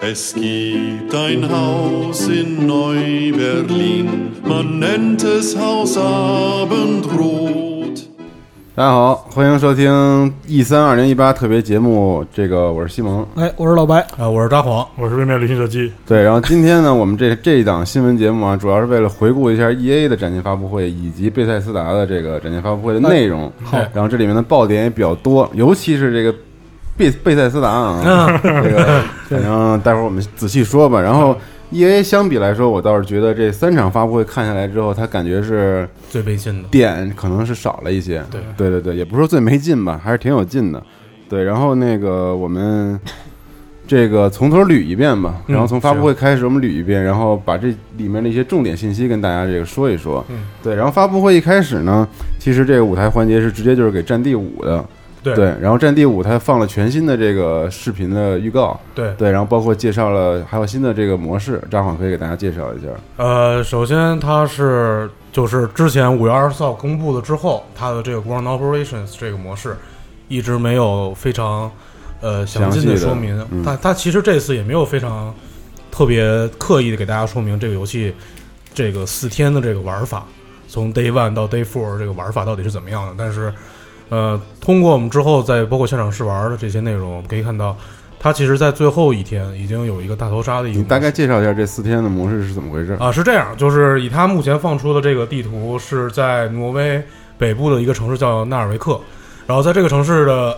Es gibt ein Haus in Neu-Berlin, man nennt es Haus Abendrot. 大家好，欢迎收听 E 三二零一八特别节目，这个我是西蒙。哎，我是老白，啊，我是札幌，我是微面旅行者机，对，然后今天呢，我们这这一档新闻节目啊，主要是为了回顾一下 E A 的展前发布会以及贝塞斯达的这个展前发布会的内容。好然后这里面的爆点也比较多，尤其是这个贝贝塞斯达嗯啊，这 个反正待会儿我们仔细说吧。然后 E A 相比来说，我倒是觉得这三场发布会看下来之后，它感觉是最微信的，点可能是少了一些。对对对对也不是说最没劲吧，还是挺有劲的。对，然后那个我们这个从头捋一遍吧，嗯然后从发布会开始我们捋一遍，然后把这里面的一些重点信息跟大家这个说一说。嗯，对，然后发布会一开始呢，其实这个舞台环节是直接就是给《战地五》的。对对，然后《战地五》它放了全新的这个视频的预告，对对，然后包括介绍了还有新的这个模式，张晃可以给大家介绍一下。呃，首先它是就是之前五月二十四号公布了之后，它的这个 Ground Operations 这个模式一直没有非常呃详尽详细的说明，嗯但它其实这次也没有非常特别刻意的给大家说明这个游戏这个四天的这个玩法，从 Day One 到 Day Four 这个玩法到底是怎么样的，但是。呃，通过我们之后在包括现场试玩的这些内容，我们可以看到，它其实在最后一天已经有一个大逃杀的一你个模式大概介绍一下这四天的模式是怎么回事？啊，是这样，就是以他目前放出的这个地图是在挪威北部的一个城市叫纳尔维克，然后在这个城市的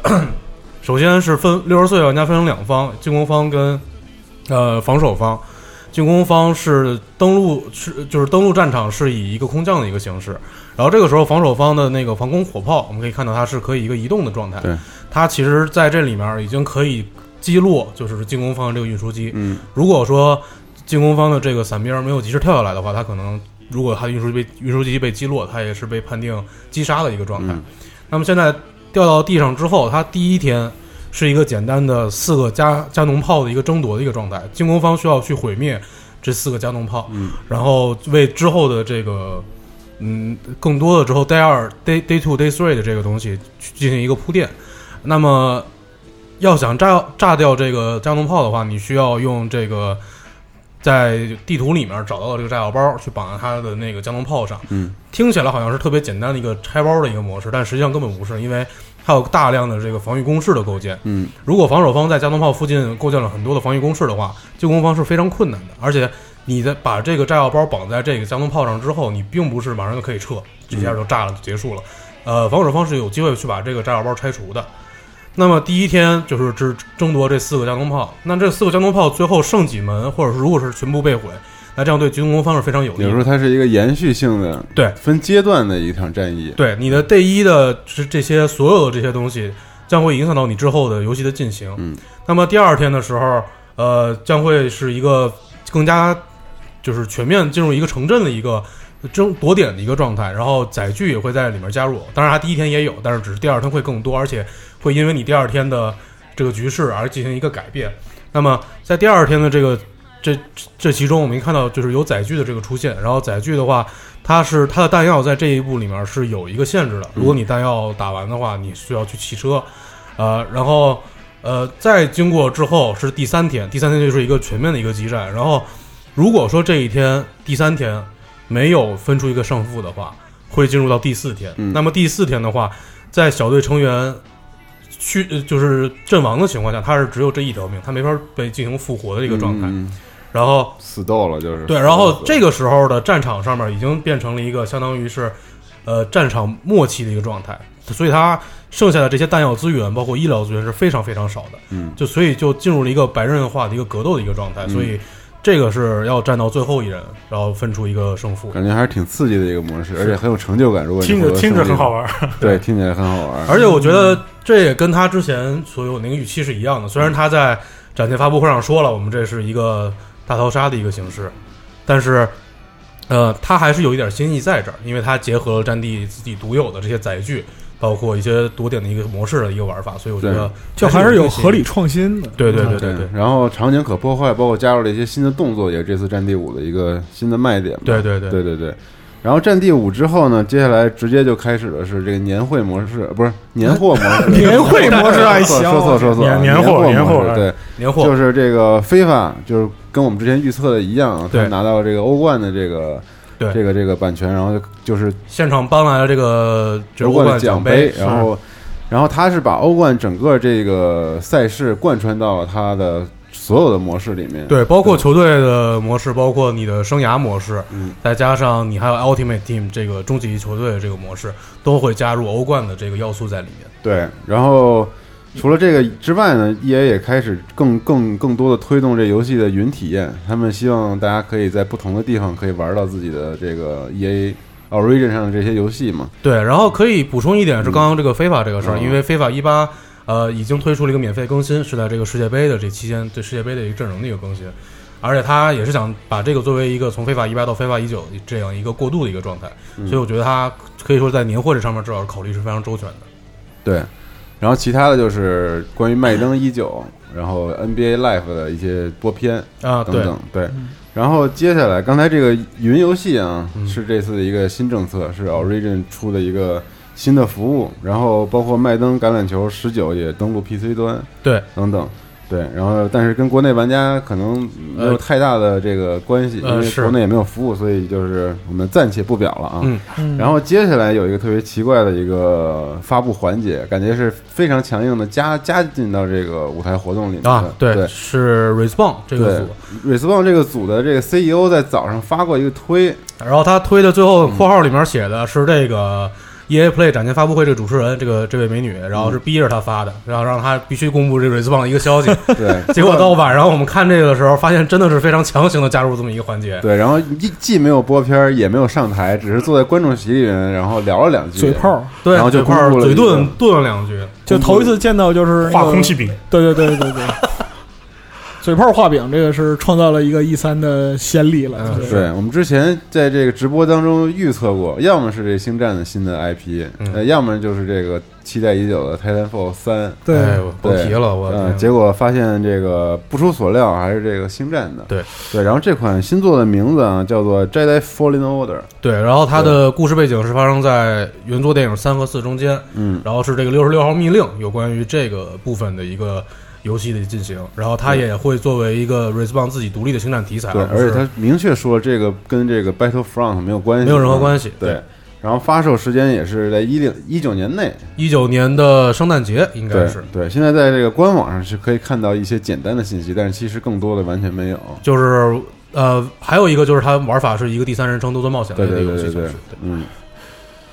首先是分六十岁玩家分成两方，进攻方跟呃防守方。进攻方是登陆是就是登陆战场是以一个空降的一个形式，然后这个时候防守方的那个防空火炮，我们可以看到它是可以一个移动的状态对，它其实在这里面已经可以击落就是进攻方的这个运输机，嗯，如果说进攻方的这个伞兵没有及时跳下来的话，他可能如果他的运输被运输机被击落，他也是被判定击杀的一个状态。嗯那么现在掉到地上之后，他第一天是一个简单的四个加加农炮的一个争夺的一个状态，进攻方需要去毁灭这四个加农炮，嗯然后为之后的这个。嗯，更多的之后 day 二 day day two day three 的这个东西去进行一个铺垫，那么要想炸炸掉这个加农炮的话，你需要用这个在地图里面找到这个炸药包，去绑在它的那个加农炮上。嗯，听起来好像是特别简单的一个拆包的一个模式，但实际上根本不是，因为它有大量的这个防御工事的构建。嗯，如果防守方在加农炮附近构建了很多的防御工事的话，进攻方是非常困难的。而且你在把这个炸药包绑在这个加农炮上之后，你并不是马上就可以撤，这下就炸了就结束了。呃，防守方是有机会去把这个炸药包拆除的。那么第一天就是只争夺这四个加农炮，那这四个加农炮最后剩几门，或者是如果是全部被毁，那这样对进攻方是非常有利有时的候。它是一个延续性的，对分阶段的一场战役。对你的 day 一的这这些所有的这些东西，将会影响到你之后的游戏的进行。嗯，那么第二天的时候，呃，将会是一个更加就是全面进入一个城镇的一个争夺点的一个状态，然后载具也会在里面加入。当然，它第一天也有，但是只是第二天会更多，而且会因为你第二天的这个局势而进行一个改变。那么在第二天的这个这这其中，我们看到就是有载具的这个出现，然后载具的话，它是它的弹药在这一步里面是有一个限嗯制的，如果你弹药打完的话，你需要去骑车，呃，然后呃再经过之后是第三天，第三天就是一个全面的一个激战，然后如果说这一天第三天没有分出一个胜负的话，会进入到第四天，嗯那么第四天的话，在小队成员去呃就是阵亡的情况下，他是只有这一条命，他没法被进行复活的一这个状态，嗯、然后。死斗了就是。对，然后这个时候的战场上面已经变成了一个相当于是，呃，战场末期的一个状态，所以它剩下的这些弹药资源，包括医疗资源是非常非常少的，嗯，就所以就进入了一个白刃化的一个格斗的一个状态，所以这个是要战到最后一人，然后分出一个胜负。感觉还是挺刺激的一个模式，而且很有成就感。如果你听获着得听着胜利很好，玩，对，听起来很好玩。而且我觉得这也跟他之前所有那个预期是一样的。虽然他在展前发布会上说了，我们这是一个大逃杀的一个形式，但是呃，它还是有一点新意在这儿，因为它结合了战地自己独有的这些载具，包括一些多点的一个模式的一个玩法，所以我觉得就还是是有一些新意合理。创新的。对对对对对对然后场景可破坏，包括加入了一些新的动作，也是这次《战地五》的一个新的卖点嘛。对对对对对对。然后《战地五》之后呢，接下来直接就开始的是这个年会模式，呃不是年货模式，年会模式还说行，错说错说错，年啊年年货年货货模式对，年货就是这个非法，就是跟我们之前预测的一样啊，他对拿到这个欧冠的这个对这个这个版权，然后就是现场搬来了这个这个欧欧冠冠奖杯，然后然后他是把欧冠整个这个赛事贯穿到他的所有的模式里面，对，包括球队的模式，包括你的生涯模式，嗯再加上你还有 Ultimate Team 这个终极球队的这个模式，都会加入欧冠的这个要素在里面。对，然后除了这个之外呢，E A 也开始更更更多的推动这游戏的云体验，他们希望大家可以在不同的地方可以玩到自己的这个 E A Origin 上的这些游戏嘛。对，然后可以补充一点是刚刚这个非法这个事儿，嗯因为非法一八呃已经推出了一个免费更新，是在这个世界杯的这期间对世界杯的一个阵容的一个更新，而且他也是想把这个作为一个从非法一八到非法一九这样一个过渡的一个状态，所以我觉得他可以说在年会这上面至少考虑是非常周全的。对，然后其他的就是关于麦登一九，然后 NBA Live 的一些播片啊，等对，等，对。然后接下来，刚才这个云游戏啊，嗯是这次的一个新政策，是 Origin 出的一个新的服务，然后包括麦登橄榄球十九也登陆 PC 端对，等等。对，然后但是跟国内玩家可能没有呃太大的这个关系，呃因为是国内也没有服务，所以就是我们暂且不表了啊。嗯嗯然后接下来有一个特别奇怪的一个发布环节，感觉是非常强硬的加加进到这个舞台活动里面的啊，对是 Respawn 这对个组， ，Respawn 这个组的这个 CEO 在早上发过一个推，然后他推的最嗯后括号里面写的是这个 E A Play 展前发布会这个主持人，这个这位美女，然嗯后是逼着他发的，然后让他必须公布这个 Respawn 的一个消 息。对结果到晚上我们看这个的时候，发现真的是非常强行的加入这么一个环节。对，然后既既没有播片儿，也没有上台，只是坐在观众席里面，然后聊了两句，嘴炮，对，然后就这块儿公布了嘴一个遁遁了两句，就头一次见到就是那个画空气饼，对对对对对，嘴炮画饼这个是创造了一个 E 三的先例了。嗯就是对我们之前在这个直播当中预测过，要么是这星战的新的 IP，、嗯呃，要么就是这个期待已久的 Titanfall 三。哎对，我甭提了，我嗯，结果发现这个不出所料，还是这个星战的。对对，然后这款新作的名字啊，叫做《Jedi Fallen Order》。对，然后它的故事背景是发生在原作电影三和四中间，嗯，然后是这个六十六号密令有关于这个部分的一个游戏的进行，然后它也会作为一个 Respawn 自己独立的星战题材，对，不而是且他明确说这个跟这个 Battlefront 没有关系，没有任何关系。对，然后发售时间也是在一零一九年内，一九年的圣诞节应该对是，对。现在在这个官网上是可以看到一些简单的信息，但是其实更多的完全没有。就是呃，还有一个就是它玩法是一个第三人称多做冒险对类的对游对戏对对形式。，嗯。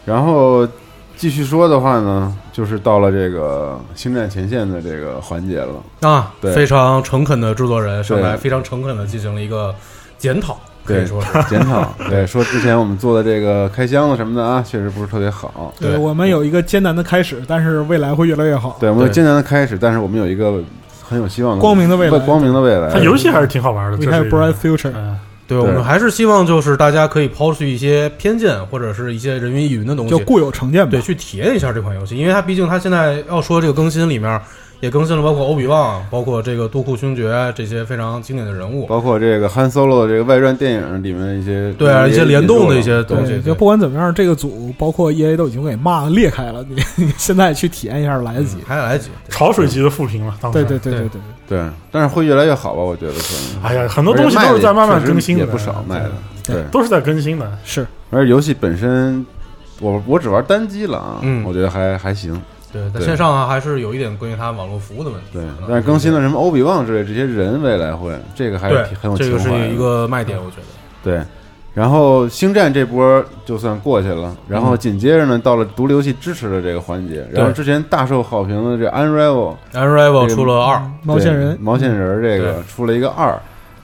然后继续说的话呢，就是到了这个星战前线的这个环节 了。对啊，对非常诚恳的制作人上来，对非常诚恳的进行了一个检讨，可以对说是检讨，对，说之前我们做的这个开箱子什么的啊，确实不是特别好。对我们有一个艰难的开始，但是未来会越来越好。对，我们有对艰难的开始，但是我们有一个很有希望的光明的未来光明的未来。它游戏还是挺好玩的， We 这 have 是 bright future。嗯，对我们还是希望就是大家可以抛去一些偏见或者是一些人云亦云的东就西，固有成见吧，对，去体验一下这款游戏，因为它毕竟它现在要说这个更新里面也更新了，包括欧比旺，包括这个多库勋爵这些非常经典的人物，包括这个 Han Solo 的这个外传电影里面的一些对啊一些联动的一些对东西就不管怎么样，这个组包括 E A 都已经给骂裂开了，你你现在去体验一下来得及。嗯还来得及。潮水级的复评了，当时对对对对对，对，但是会越来越好吧？我觉得可能哎呀，很多东西都是在慢慢更新也的，不少卖的，对。都是在更新的。是而且游戏本身，我我只玩单机了啊，嗯我觉得还还行。对，在对线上啊，还是有一点关于它网络服务的问题。对嗯，但是更新了什么欧比旺之类这些人，未来会这个还是对挺很有这情个怀是的。嗯一个卖点，我觉得。对，然后星战这波就算过去了，然嗯后紧接着呢，到了独立游戏支持的这个环节，然后之前大受好评的这 Unravel Unravel 这个嗯出了二，毛线嗯人对，毛线人儿这嗯个出了一个二，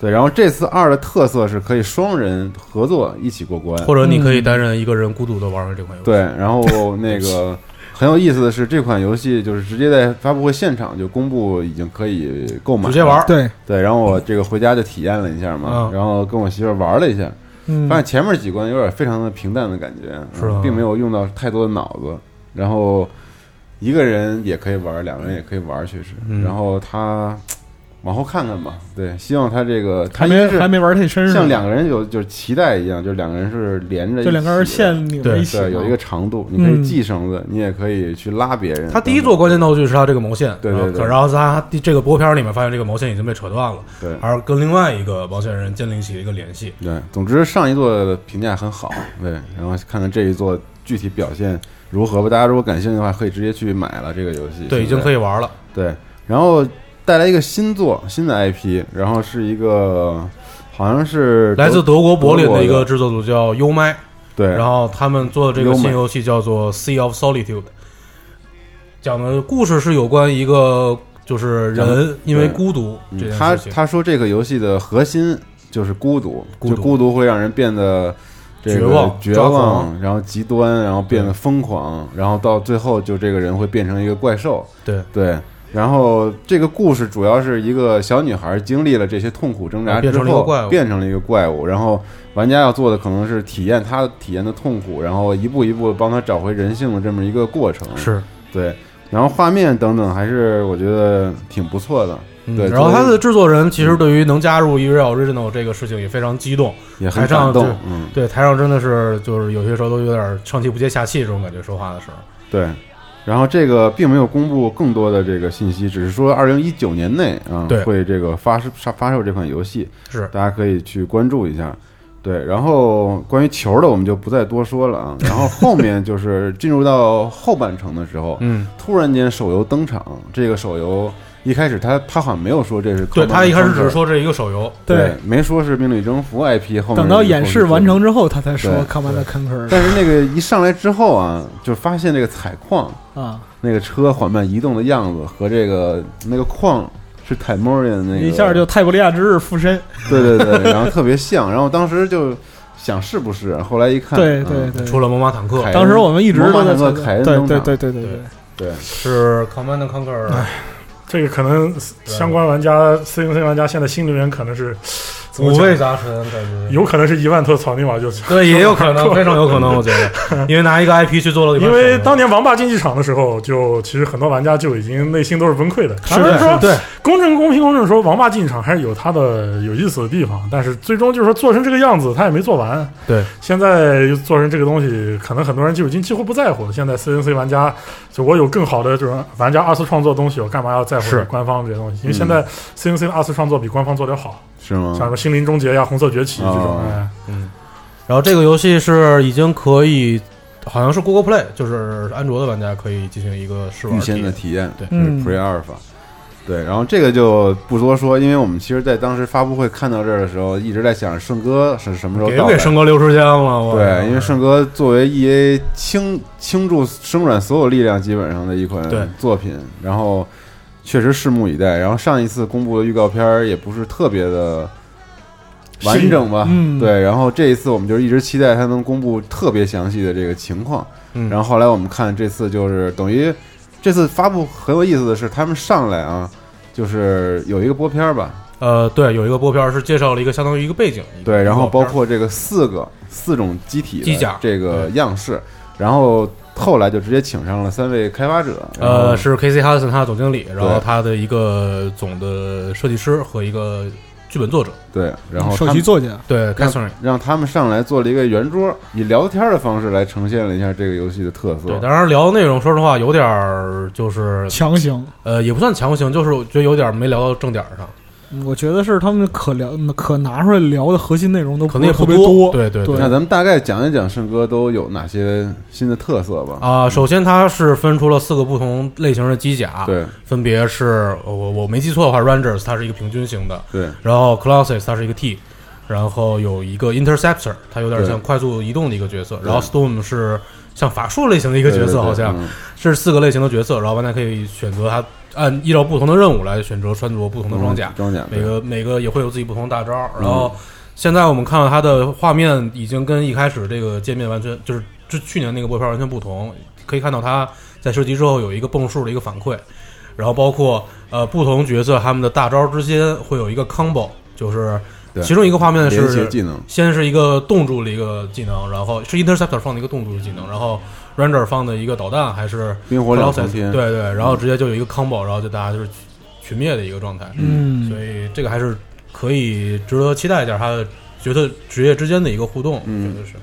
对，然后这次二的特色是可以双人合作一起过关，或者你可以担任一个人孤独的玩玩这款游戏。对，然后那 个。很有意思的是，这款游戏就是直接在发布会现场就公布已经可以购买，直接玩。对，对，然后我这个回家就体验了一下嘛，嗯然后跟我媳妇儿玩了一下，嗯啊发现前面几关有点非常的平淡的感觉，嗯是吧并没有用到太多的脑子。然后一个人也可以玩，两个人也可以玩，确实。嗯然后他往后看看吧，对，希望他这个他还应该没还是没玩太深，是吧像两个人有就是脐带一样，就是两个人是连着一起的，就两根线拧在一起嘛，对，有一个长度，你可以嗯系绳子，你也可以去拉别人。他第一座关键道具是他这个毛线，对对然后对可然后他第这个播片里面发现这个毛线已经被扯断了，对而跟另外一个毛线人建立起一个联系。对，总之上一座的评价很好，对，然后看看这一座具体表现如何吧。大家如果感兴趣的话，可以直接去买了这个游戏。对，已经可以以玩了。对，然后带来一个新作，新的 IP，然后是一个好像是来自德德国柏林德国的的一个制作组叫 U 麦，对，然后他们做的这个 Yomai 新游戏叫做《Sea of Solitude》，讲的故事是有关一个就是讲的人因为对孤独嗯这件他事情，他说这个游戏的核心就是孤独，孤就独孤独会让人变得这个绝望绝抓望，狂然后极端，然后变得疯狂，然后到最后就这个人会变成一个怪兽。对对，然后这个故事主要是一个小女孩经历了这些痛苦挣扎啊变之成了一个后怪物变成了一个怪物，然后玩家要做的可能是体验她体验的痛苦，然后一步一步帮她找回人性的这么一个过程。是对，然后画面等等还是我觉得挺不错的。嗯对，然后他作为的制作人其实对于能加入 e r e a l Original 这个事情也非常激动，也很台上感动就，嗯，对台上真的是就是有些时候都有点上气不接下气这种感觉，说话的时候。对。然后这个并没有公布更多的这个信息，只是说二零一九年内啊对会这个发售发发售这款游戏，是大家可以去关注一下。对，然后关于球的我们就不再多说了啊。然 后后面就是进入到后半程的时候，嗯，突然间手游登场，这个手游一开始他他好像没有说这是对科幻他一开始只是方式说这一个手游，对，没说是《命令与征服》IP，后面等到演示完成之后，他才说对 “Come on, conquer” 但是那个一上来之后啊，就发现这个采矿啊，那个车缓慢移动的样子和这个那个矿是 t i m o r i a n 那个一下就泰布利亚之日附身。 对对对，然后特别像，然后当时就想是不是，后来一看，对嗯对对，出了《魔法坦克凯》，当时我们一直罗马都在坦克猜凯恩对登对场对对对对，对是 Command and Conquer，哎这个可能相关玩家、C N C 玩家现在心里面可能是怎么五讲味杂陈感觉。有可能是一万头草泥马就。 对，也有可能，非常有可能，我觉得，因为拿一个 IP 去做了一款手因游，为当年王霸竞技场的时候，就其实很多玩家就已经内心都是崩溃的。是当然的，说是对，公正公平公正说，王霸竞技场还是有它的有意思的地方，但是最终就是说做成这个样子，他也没做完。对，现在又做成这个东西，可能很多人就已经几乎不在乎了。现在 CNC 玩家，就我有更好的这种玩家二次创作的东西，我干嘛要在乎是官方这些东西？因为现在 CNC 的二次创作比官方做得好，是吗？像什么《心灵终结》呀、《红色崛起》这嗯种哦，哎然后这个游戏是已经可以，好像是 Google Play，就是安卓的玩家可以进行一个试玩预体先的验。体验，对嗯 pre alpha。对，然后这个就不多说，因为我们其实，在当时发布会看到这儿的时候，一直在想顺哥是什么时候给到不来给盛哥留时间了，我对，因为盛哥作为 E A 倾倾注生软所有力量，基本上的一款对作品，然后确实拭目以待。然后上一次公布的预告片儿也不是特别的完整吧，嗯对。然后这一次我们就一直期待他能公布特别详细的这个情况。嗯然后后来我们看这次就是等于这次发布很有意思的是，他们上来啊，就是有一个播片儿吧，呃，对，有一个播片是介绍了一个相当于一个背景，一个对，然后预告包片括这个四个四种机体的机甲这个样式，然后后来就直接请上了三位开发者，然后呃，是 K C 哈森他的总经理，然后对他的一个总的设计师和一个剧本作者，对，然后首他席们作家，对 Catherine，让他们上来做了一个圆桌，以聊天的方式来呈现了一下这个游戏的特色对，，当然聊的内容，说实话有点儿就是强行。呃，也不算强行，就是我觉得有点儿没聊到正点儿上，嗯我觉得是他们可聊、可拿出来聊的核心内容都可能也是特不别多，嗯对对对那咱们大概讲一讲圣哥都有哪些新的特色吧。啊、首先它是分出了四个不同类型的机甲，，对分别是呃我我没记错的话，Rangers 它是一个平均型的，对然后 Colossus 它是一个 T，然后有一个 Interceptor，它有点对像快速移动的一个角色，对然后 Storm 是像法术类型的一一个角色，好嗯嗯像是四个类型的角色，然后玩家可以选择它按依照不同的任务来选择穿着不同的嗯装甲，嗯装甲每对嗯个每个也会有自己不同的大招。然后现在我们看到它的画面已经跟一开始这个界面完全就是就去年那个播片完全不同，可以看到它在射击之后有一个蹦数的一个反馈，然后包括呃不同角色他们的大招之间会有一个 combo，就是对其中一个画面连携是技能，先是一个冻住了一个技能，然后是 interceptor 放的一个冻住的技能，然后 ranger 放的一个导弹，还是冰火两重天，对对，嗯然后直接就有一个 combo，然后就大家就是群灭的一个状态，嗯所以这个还是可以值得期待一下他的角色职业之间的一个互动，嗯我觉得是。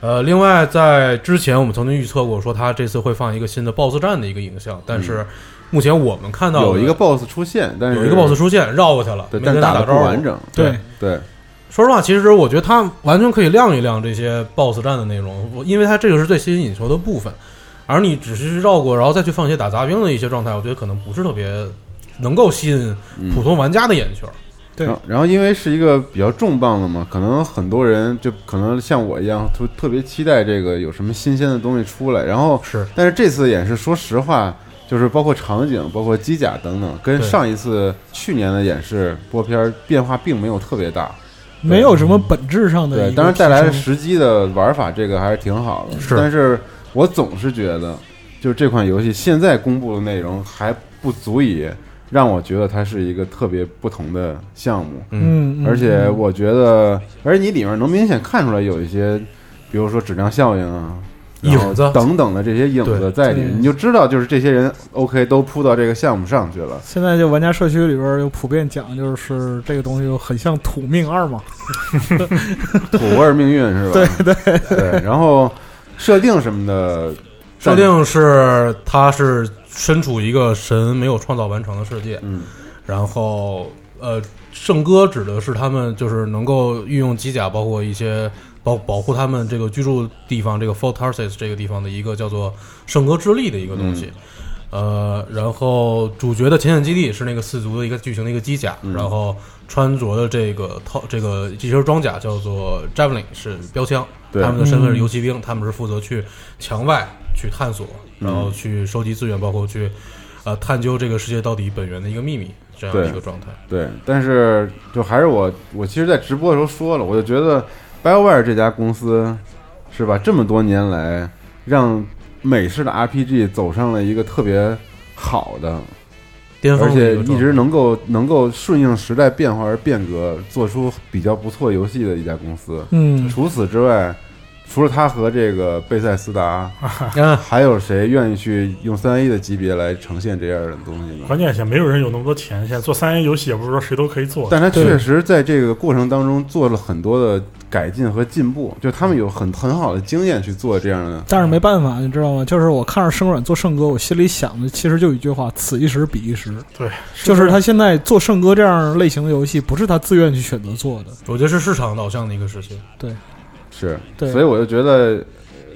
呃，另外在之前我们曾经预测过，说他这次会放一个新的 BOSS 战的一个影像，但是目前我们看到嗯有的一个 boss 出现，但是有一个 BOSS 出现绕过去了，对，没但跟是他打的不招呼完。整，对对对，说实话，其实我觉得他完全可以亮一亮这些 BOSS 战的内容，我因为他这个是最吸引球的部分，而你只是绕过，然后再去放一些打杂兵的一些状态，我觉得可能不是特别能够吸引嗯普通玩家的眼球。对然后然后因为是一个比较重磅的嘛，可能很多人就可能像我一样，特特别期待这个有什么新鲜的东西出来。然后，是但是这次演示，说实话，就是包括场景、包括机甲等等，跟对上一次去年的演示播片儿变化并没有特别大。没有什么本质上的一个对，提升。当然带来了时机的玩法，这个还是挺好的。是但是我总是觉得，就是这款游戏现在公布的内容还不足以让我觉得它是一个特别不同的项目。嗯，嗯而且我觉得，而且你里面能明显看出来有一些，比如说质量效应啊。然后影子等等的这些影子对在里面，对你就知道就是这些人 OK 都扑到这个项目上去了。现在就玩家社区里边儿有普遍讲，就是这个东西就很像土命二嘛。土味儿命运是吧？对对对。然后设定什么的，设定是他是身处一个神没有创造完成的世界，嗯，然后呃，圣歌指的是他们就是能够运用机甲，包括一些保保护他们这个居住地方这个 Fort Tarsis 这个地方的一个叫做圣歌之力的一个东西。嗯呃，然后主角的前线基地是那个四足的一个巨型的一个机甲，嗯然后穿着的这个套这个这身装甲叫做 Javelin 是标枪，对他们的身份是游骑兵，他们是负责去墙外去探索，嗯然后去收集资源，包括去呃探究这个世界到底本源的一个秘密这样的对一个状态。对，但是就还是我，我其实，在直播的时候说了，我就觉得 BioWare 这家公司是吧，这么多年来让美式的 RPG 走上了一个特别好的，巅而峰的且个状态一直能够能够顺应时代变化而变革，做出比较不错游戏的一家公司。嗯，除此之外，除了他和这个贝塞斯达， 啊，还有谁愿意去用三 A 的级别来呈现这样的东西呢？关键也没有人有那么多钱，现在做三 A 游戏也不是说谁都可以做的。但他确实在这个过程当中做了很多的改进和进步，就他们有很很好的经验去做这样的。但是没办法，你知道吗？就是我看着生软做圣哥，我心里想的其实就一句话：此一时彼一时。对，就是他现在做圣哥这样类型的游戏，不是他自愿去选择做的。我觉得是市场导向的一个事情。是，对所以我就觉得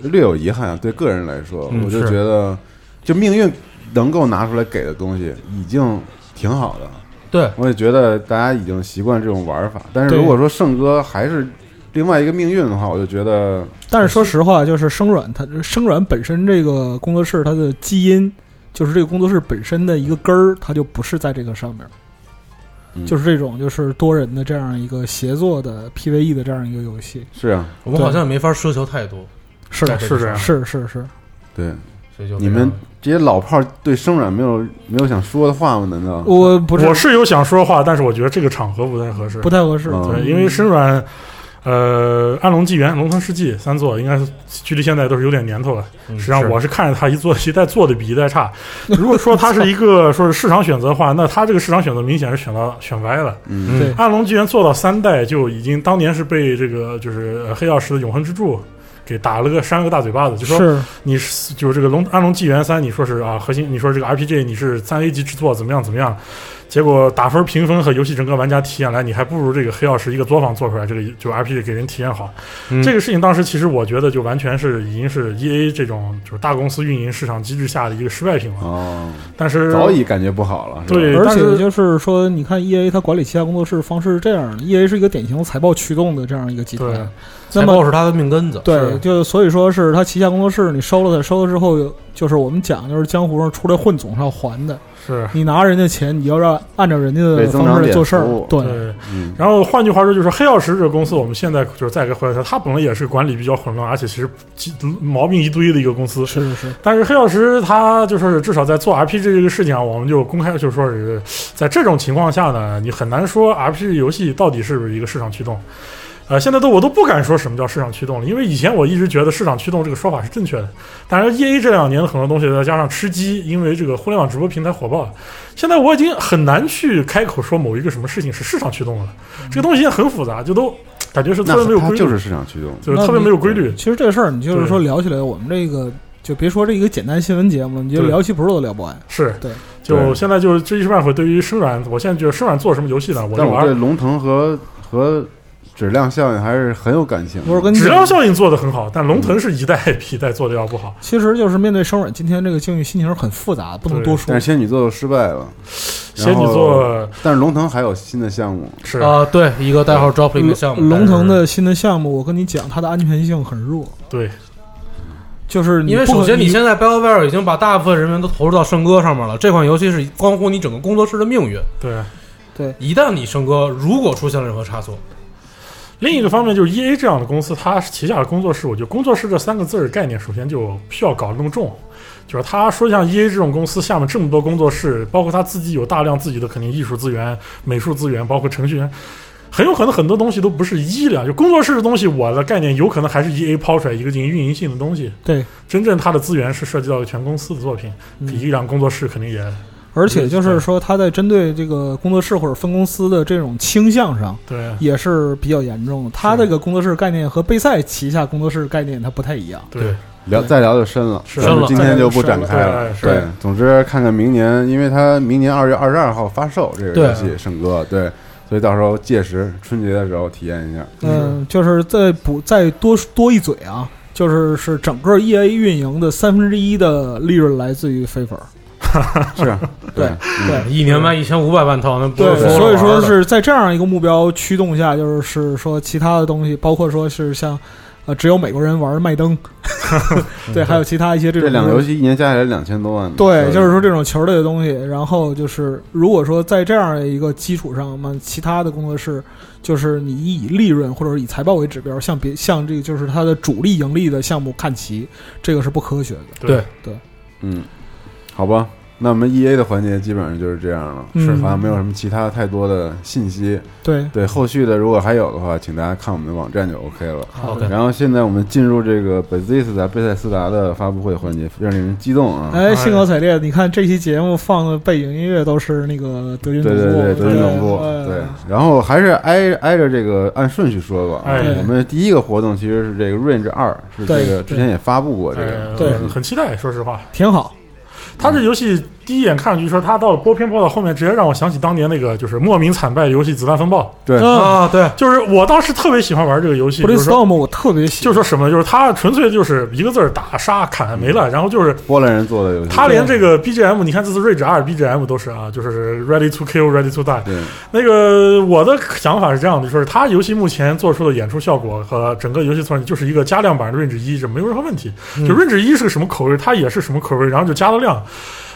略有遗憾啊。对个人来说，嗯我就是觉得，就命运能够拿出来给的东西已经挺好的。对，我也觉得大家已经习惯这种玩法，但是对如果说圣哥还是另外一个命运的话，我就觉得但是说实话，就是生软，它生软本身这个工作室，它的基因就是这个工作室本身的一个根儿，它就不是在这个上面嗯。就是这种，就是多人的这样一个协作的 PVE 的这样一个游戏，是啊，我们对好像也没法奢求太多，是的，对是这样是是嗯是，对所以就你们这些老炮儿对生软没有没有想说的话吗？难道？我不是我是有想说话，但是我觉得这个场合不太合适。不太合适，嗯对，因为深软，呃，《暗龙纪元》《龙腾世纪》三座应该是距离现在都是有点年头了。嗯实际上是我是看着他一做 一代做的比一代差。如果说它是一个说是市场选择的话，那它这个市场选择明显是选到选歪了。嗯对《暗龙纪元》做到三代就已经当年是被这个就是呃黑曜石的永恒之柱。给打了个扇了个大嘴巴子，就说是你是就是这个龙《暗龙纪元三》，你说是啊核心，你说这个 RPG 你是三 A 级制作怎么样怎么样，结果打分评分和游戏整个玩家体验来，你还不如这个黑曜石一个作坊做出来这个就 RPG 给人体验好。嗯这个事情当时其实我觉得就完全是已经是 EA 这种就是大公司运营市场机制下的一个失败品了，哦，但是早已感觉不好了，是吧对而但且是就是说，你看 E A 它管理旗下工作室方式是这样的，E A 是一个典型财报驱动的这样一个集对团。那财报么是他的命根子，对，是就所以说是它旗下工作室，你收了它，收了之后有就是我们讲，就是江湖上出来混总是要还的。是。你拿人家钱，你要让按照人家为的增长方式点做事儿服务。对，对，嗯，然后换句话说，就是黑曜石这个公司，我们现在就是再给回来它，它本来也是管理比较混乱，而且其实其毛病一堆的一个公司。是是是，但是黑曜石它就是至少在做 RPG 这个事情啊，我们就公开就是说是在这种情况下呢，你很难说 RPG 游戏到底是不是一个市场驱动。呃，现在都我都不敢说什么叫市场驱动了，因为以前我一直觉得市场驱动这个说法是正确的。但是 E A 这两年的很多东西，再加上吃鸡，因为这个互联网直播平台火爆，现在我已经很难去开口说某一个什么事情是市场驱动的了。这个东西现在很复杂，就都感觉是特别没那有它规律，就是市场驱动，就是特别没有规律。其实这个事儿，你就是说聊起来，我们这个就别说这一个简单新闻节目，你就对聊西普肉都聊不完。是对，就对现在就是这一时半会，对于生软，我现在觉得生软做什么游戏呢？我但就我对玩。龙腾和和质量效应还是很有感情的。我是跟你质嗯讲量效应做的很好，但龙腾是一代 比一代做的要不好。其实就是面对生软今天这个境遇，心情是很复杂，不能对多说但。是仙女座失败了，然仙女后座但是龙腾还有新的项目，是啊，对，一个代号 Dropling 的项目，龙龙腾但是，的新的项目，我跟你讲，它的安全性很弱，对，就是你因为不可首先你你现在 BioWare 已经把大部分人员都投入到圣歌上面了，这款游戏是关乎你整个工作室的命运。对。一旦你圣歌如果出现了任何差错，另一个方面就是 E A 这样的公司，它旗下的工作室，我觉得“工作室”这三个字儿概念，首先就不需要搞得那么重。就是他说像 E A 这种公司下面这么多工作室，包括他自己有大量自己的肯定艺术资源、美术资源，包括程序员，很有可能很多东西都不是一的。就工作室的东西，我的概念有可能还是 E A 抛出来一个进行运营性的东西。对，真正它的资源是涉及到全公司的作品，嗯一辆工作室肯定也而且就是说，它在针对这个工作室或者分公司的这种倾向上，对。也是比较严重的。它这个工作室概念和贝赛旗下工作室概念它不太一样。对，聊对再聊就深了，是咱深们了今天就不展开了。是对，总之看看明年，因为它明年二月二十二号发售这个对游戏，圣哥对，所以到时候届时春节的时候体验一下。嗯，就是再补再多多一嘴啊，就是是整个 E A 运营的三分之一的利润来自于飞粉儿。是， 对嗯对一年卖一千五百万套，那不对是疯了所以玩说的是在这样一个目标驱动下，就是是说其他的东西，包括说是像呃只有美国人玩麦登，对，还有其他一些这这种两个游戏一年加起来两千多万呢。对，就是说这种球类的东西，然后就是如果说在这样的一个基础上，那么其他的工作室就是你以利润或者以财报为指标，向别向这个就是它的主力盈利的项目看齐，这个是不科学的。对嗯，好吧，那我们 E A 的环节基本上就是这样了，嗯好像没有什么其他太多的信息。对，对，后续的如果还有的话，请大家看我们的网站就 OK 了。好的然后现在我们进入这个 Bethesda 贝塞斯达的发布会环节，非常令人激动啊！哎，兴高采烈，你看这期节目放的背景音乐都是那个德军对总部，对对，德军总部呃对，然后还是挨挨着这个按顺序说吧。啊哎我们第一个活动其实是这个 Range 二，是这个对之前也发布过这呃个，对很期待，说实话，挺好。他这游戏第一眼看上去说，他到播片播到后面，直接让我想起当年那个就是莫名惨败游戏《子弹风暴对，啊啊，对》，，就是我当时特别喜欢玩这个游戏，就是说 Playstorm 我特别喜就是说欢，什么，就是他纯粹就是一个字儿打杀砍没了，然后就是波兰人做的游戏，他连这个 BGM，你看这次睿智二 BGM 都是啊，就是 Ready to Kill Ready to Die，对那个我的想法是这样的，就是它游戏目前做出的演出效果和整个游戏从来就是一个加量版的 Range 一，这没有任何问题。就 Range 一是个什么口味，它也是什么口味，然后就加了量。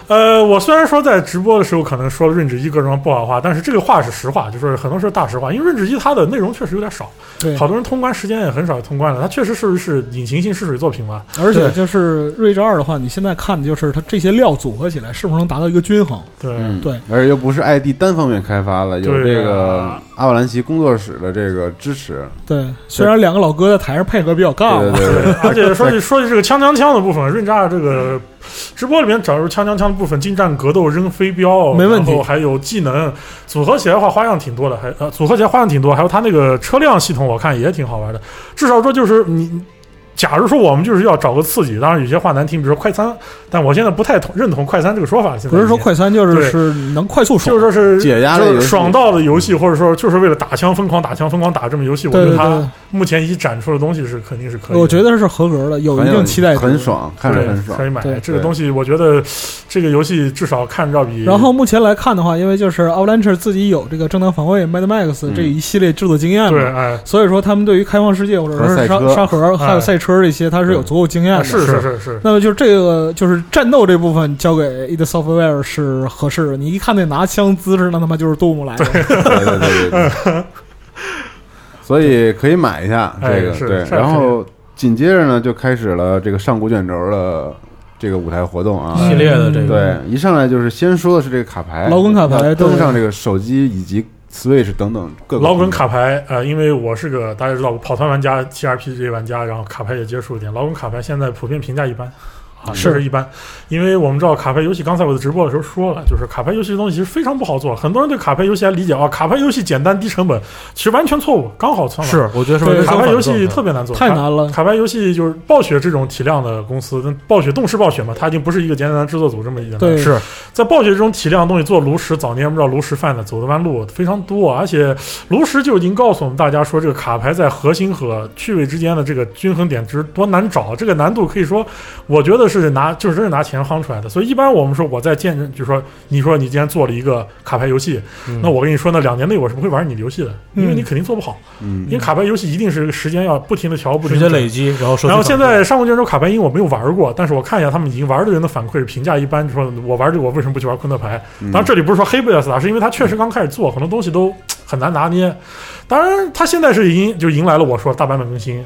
呃，我虽然说在直播的时候可能说了 Range 一各种不好话，但是这个话是实话，就是很多时候大实话，因为 Range 一它的内容确实有点少，对，好多人通关时间也很少通关了，它确实是是隐形性试水作品嘛。而且就是《睿智二》的话，你现在看的就是它这些料组合起来是不是能达到一个均衡？对，嗯对，而且又不是 ID 单方面开发了，有对啊这个阿瓦兰奇工作室的这个支持，对，虽然两个老哥在台上配合比较啊尬对吧，对对， 而且说起说起这个枪枪枪的部分，润炸这个直播里面找出枪枪枪的部分，近战格斗、扔飞镖，没问题然后还有技能组合起来的话，花样挺多的，还呃组合起来花样挺多，还有它那个车辆系统，我看也挺好玩的。至少说就是你，假如说我们就是要找个刺激，当然有些话难听，比如说快餐，但我现在不太同认同快餐这个说法。现在不是说已经快餐，就是对是能快速爽，就是说是解压类就游是戏爽到的游戏，或者说就是为了打枪疯狂打枪疯狂打这么游戏，我对觉对得它对，目前已展出的东西是肯定是可以的。 我觉得是合格的，有一定期待值很。爽，看着对很爽可以。买对这个对东西。我觉得这个游戏至少看着要比然后目前来看的话，因为就是 Avalanche 自己有这个正当防卫 Mad Max 嗯这一系列制作经验对嘛，哎所以说他们对于开放世界或者和是赛沙车啊沙盒还有哎赛车这些，它是有对足够经验的。是是是是那么就是这个，就是战斗这部分交给 id Software 是合适的。你一看那拿枪姿势，那他妈就是 Doom 来的。对对对对对。 所以可以买一下哎这个，是对。是然后紧接着呢，就开始了这个上古卷轴的这个舞台活动啊。系列的这个，对，一上来就是先说的是这个卡牌，劳滚卡牌要对登上这个手机以及 Switch 等等各个老滚平台卡牌，呃，因为我是个大家知道我跑团玩家、TRPG 玩家，然后卡牌也接触一点。老滚卡牌现在普遍评价一般，啊，是就是一般，因为我们知道卡牌游戏，刚才我在直播的时候说了，就是卡牌游戏这东西其实非常不好做，很多人对卡牌游戏还理解啊，卡牌游戏简单低成本，其实完全错误，刚好相反。是我觉得是完对全卡相牌反的游戏状态特别难做，太难了卡牌游戏就是暴雪这种体量的公司，那暴雪动视暴雪嘛，它已经不是一个简单的制作组这么一个对，是在暴雪这种体量的东西做炉石，早年不知道炉石犯的走的弯路非常多，啊而且炉石就已经告诉我们大家说，这个卡牌在核心和趣味之间的这个均衡点值多难找，这个难度可以说，我觉得是拿就是真是拿钱夯出来的。所以一般我们说我在见证，就说你说你今天做了一个卡牌游戏，嗯那我跟你说，那两年内我是不会玩你的游戏的，因为你肯定做不好，嗯因为卡牌游戏一定是时间要不停的调，不时停间的累积，然后收集然后现反馈在上古卷轴卡牌因为我没有玩过，但是我看一下他们已经玩的人的反馈评价一般，说我玩这个我为什么不去玩昆特牌？当然这里不是说黑贝尔斯达，是因为他确实刚开始做，很多东西都很难拿捏。当然他现在是已经就迎来了我说大版本更新。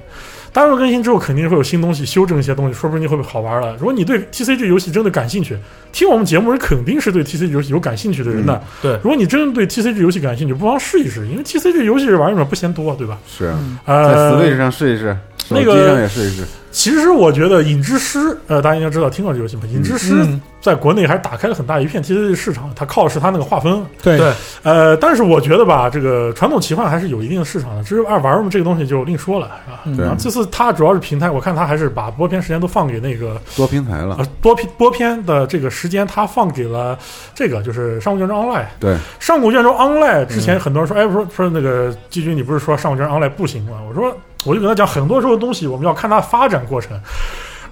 大版本更新之后，肯定会有新东西，修正一些东西，说不定就会好玩了。如果你对 TCG 游戏真的感兴趣，听我们节目人肯定是对 TCG 游戏有感兴趣的人的。对如果你真的对 TCG 游戏感兴趣，不妨试一试，因为 TCG 游戏这玩意儿嘛不嫌多，对吧？是在呃， Switch 上试一试，手那机个上也试一试。其实我觉得《影之师》呃，大家应该知道听过这游戏吧？《影之师》嗯在国内还是打开了很大一片 TCG 市场，它靠的是它那个划分。对对呃，但是我觉得吧，这个传统奇幻还是有一定的市场的，只是爱玩儿嘛，这个东西就另说了，是吧？嗯对然后这次它主要是平台，我看它还是把播片时间都放给那个多平台了呃，多片播片的这个时间，它放给了这个就是《上古卷轴 Online》。对，嗯上古卷轴 Online 之前很多人说，哎，说说那个季军，你不是说上古卷轴 Online 不行吗？我说，我就跟他讲，很多时候东西我们要看它发展过程。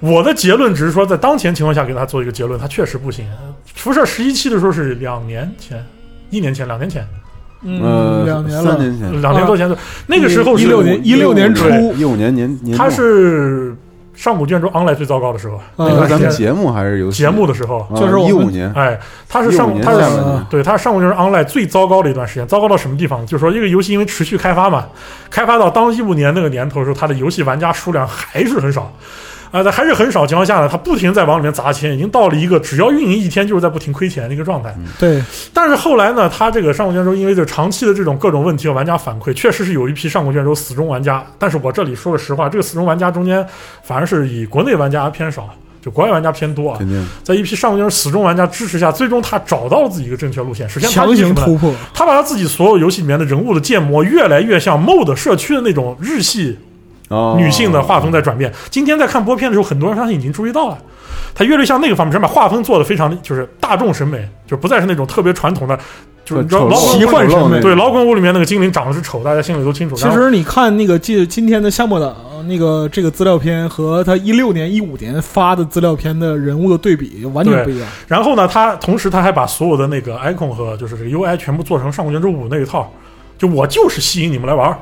我的结论只是说，在当前情况下给他做一个结论，它确实不行。辐射十一期的时候是两年前，一年前，两年前，嗯，呃，两年三了，年前，两年多前左右，那个时候是16年16年嗯初一五年年年它末是上古卷轴 Online 最糟糕的时候，嗯那那段咱们时间节目还是游戏啊节目的时候，就是我们一五年，哎，它是上15古，年它是下半啊年 对，它是上古就是 online 最糟糕的一段时间，糟糕到什么地方？就是说，这个游戏因为持续开发嘛，开发到当一五年那个年头的时候，它的游戏玩家数量还是很少。啊，在还是很少情况下呢，它不停在往里面砸钱，已经到了一个只要运营一天就是在不停亏钱的一个状态。对，但是后来呢，它这个上古卷轴因为这长期的这种各种问题和玩家反馈，确实是有一批上古卷轴死忠玩家。但是我这里说个实话，这个死忠玩家中间反而是以国内玩家偏少，就国外玩家偏多啊。肯定在一批上古卷轴死忠玩家支持下，最终他找到了自己一个正确路线，实现他强行突。破，他把他自己所有游戏里面的人物的建模越来越像 MOD 社区的那种日系哦，女性的画风在转变。今天在看播片的时候，很多人相信已经注意到了，他越来越向那个方面，想把画风做的非常就是大众审美，就不再是那种特别传统的，就是你知道丑老陋滚奇幻丑陋审美那对种老滚屋里面那个精灵长得是丑，大家心里都清楚。其然后实你看那个今今天的夏末党那个这个资料片和他一六年一五年发的资料片的人物的对比完全不一样，然后呢，他同时他还把所有的那个 icon 和就是这个 UI 全部做成《上古卷轴五》那一套，就我就是吸引你们来玩儿。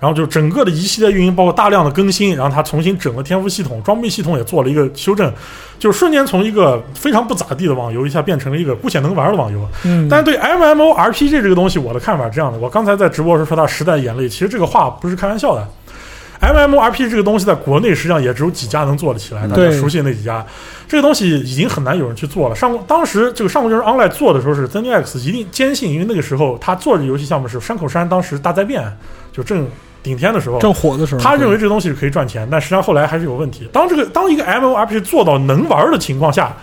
然后就整个的一系列运营，包括大量的更新，然后他重新整个天赋系统、装备系统也做了一个修正，就瞬间从一个非常不咋地的网游一下变成了一个姑且能玩的网游。嗯，但是对 MMORPG 这个东西，我的看法是这样的：我刚才在直播时候说它时代眼泪，其实这个话不是开玩笑的。MMORPG 这个东西在国内实际上也只有几家能做得起来，大家嗯对熟悉那几家。这个东西已经很难有人去做了。上古当时这个上古就是 Online 做的时候是 ZeniX 一定坚信，因为那个时候他做这个游戏项目是山口山当时大灾变就正顶天的时候，正火的嗯时候，他认为这个东西是可以赚钱，但实际上后来还是有问题。当这个当一个 MMORPG 做到能玩的情况下，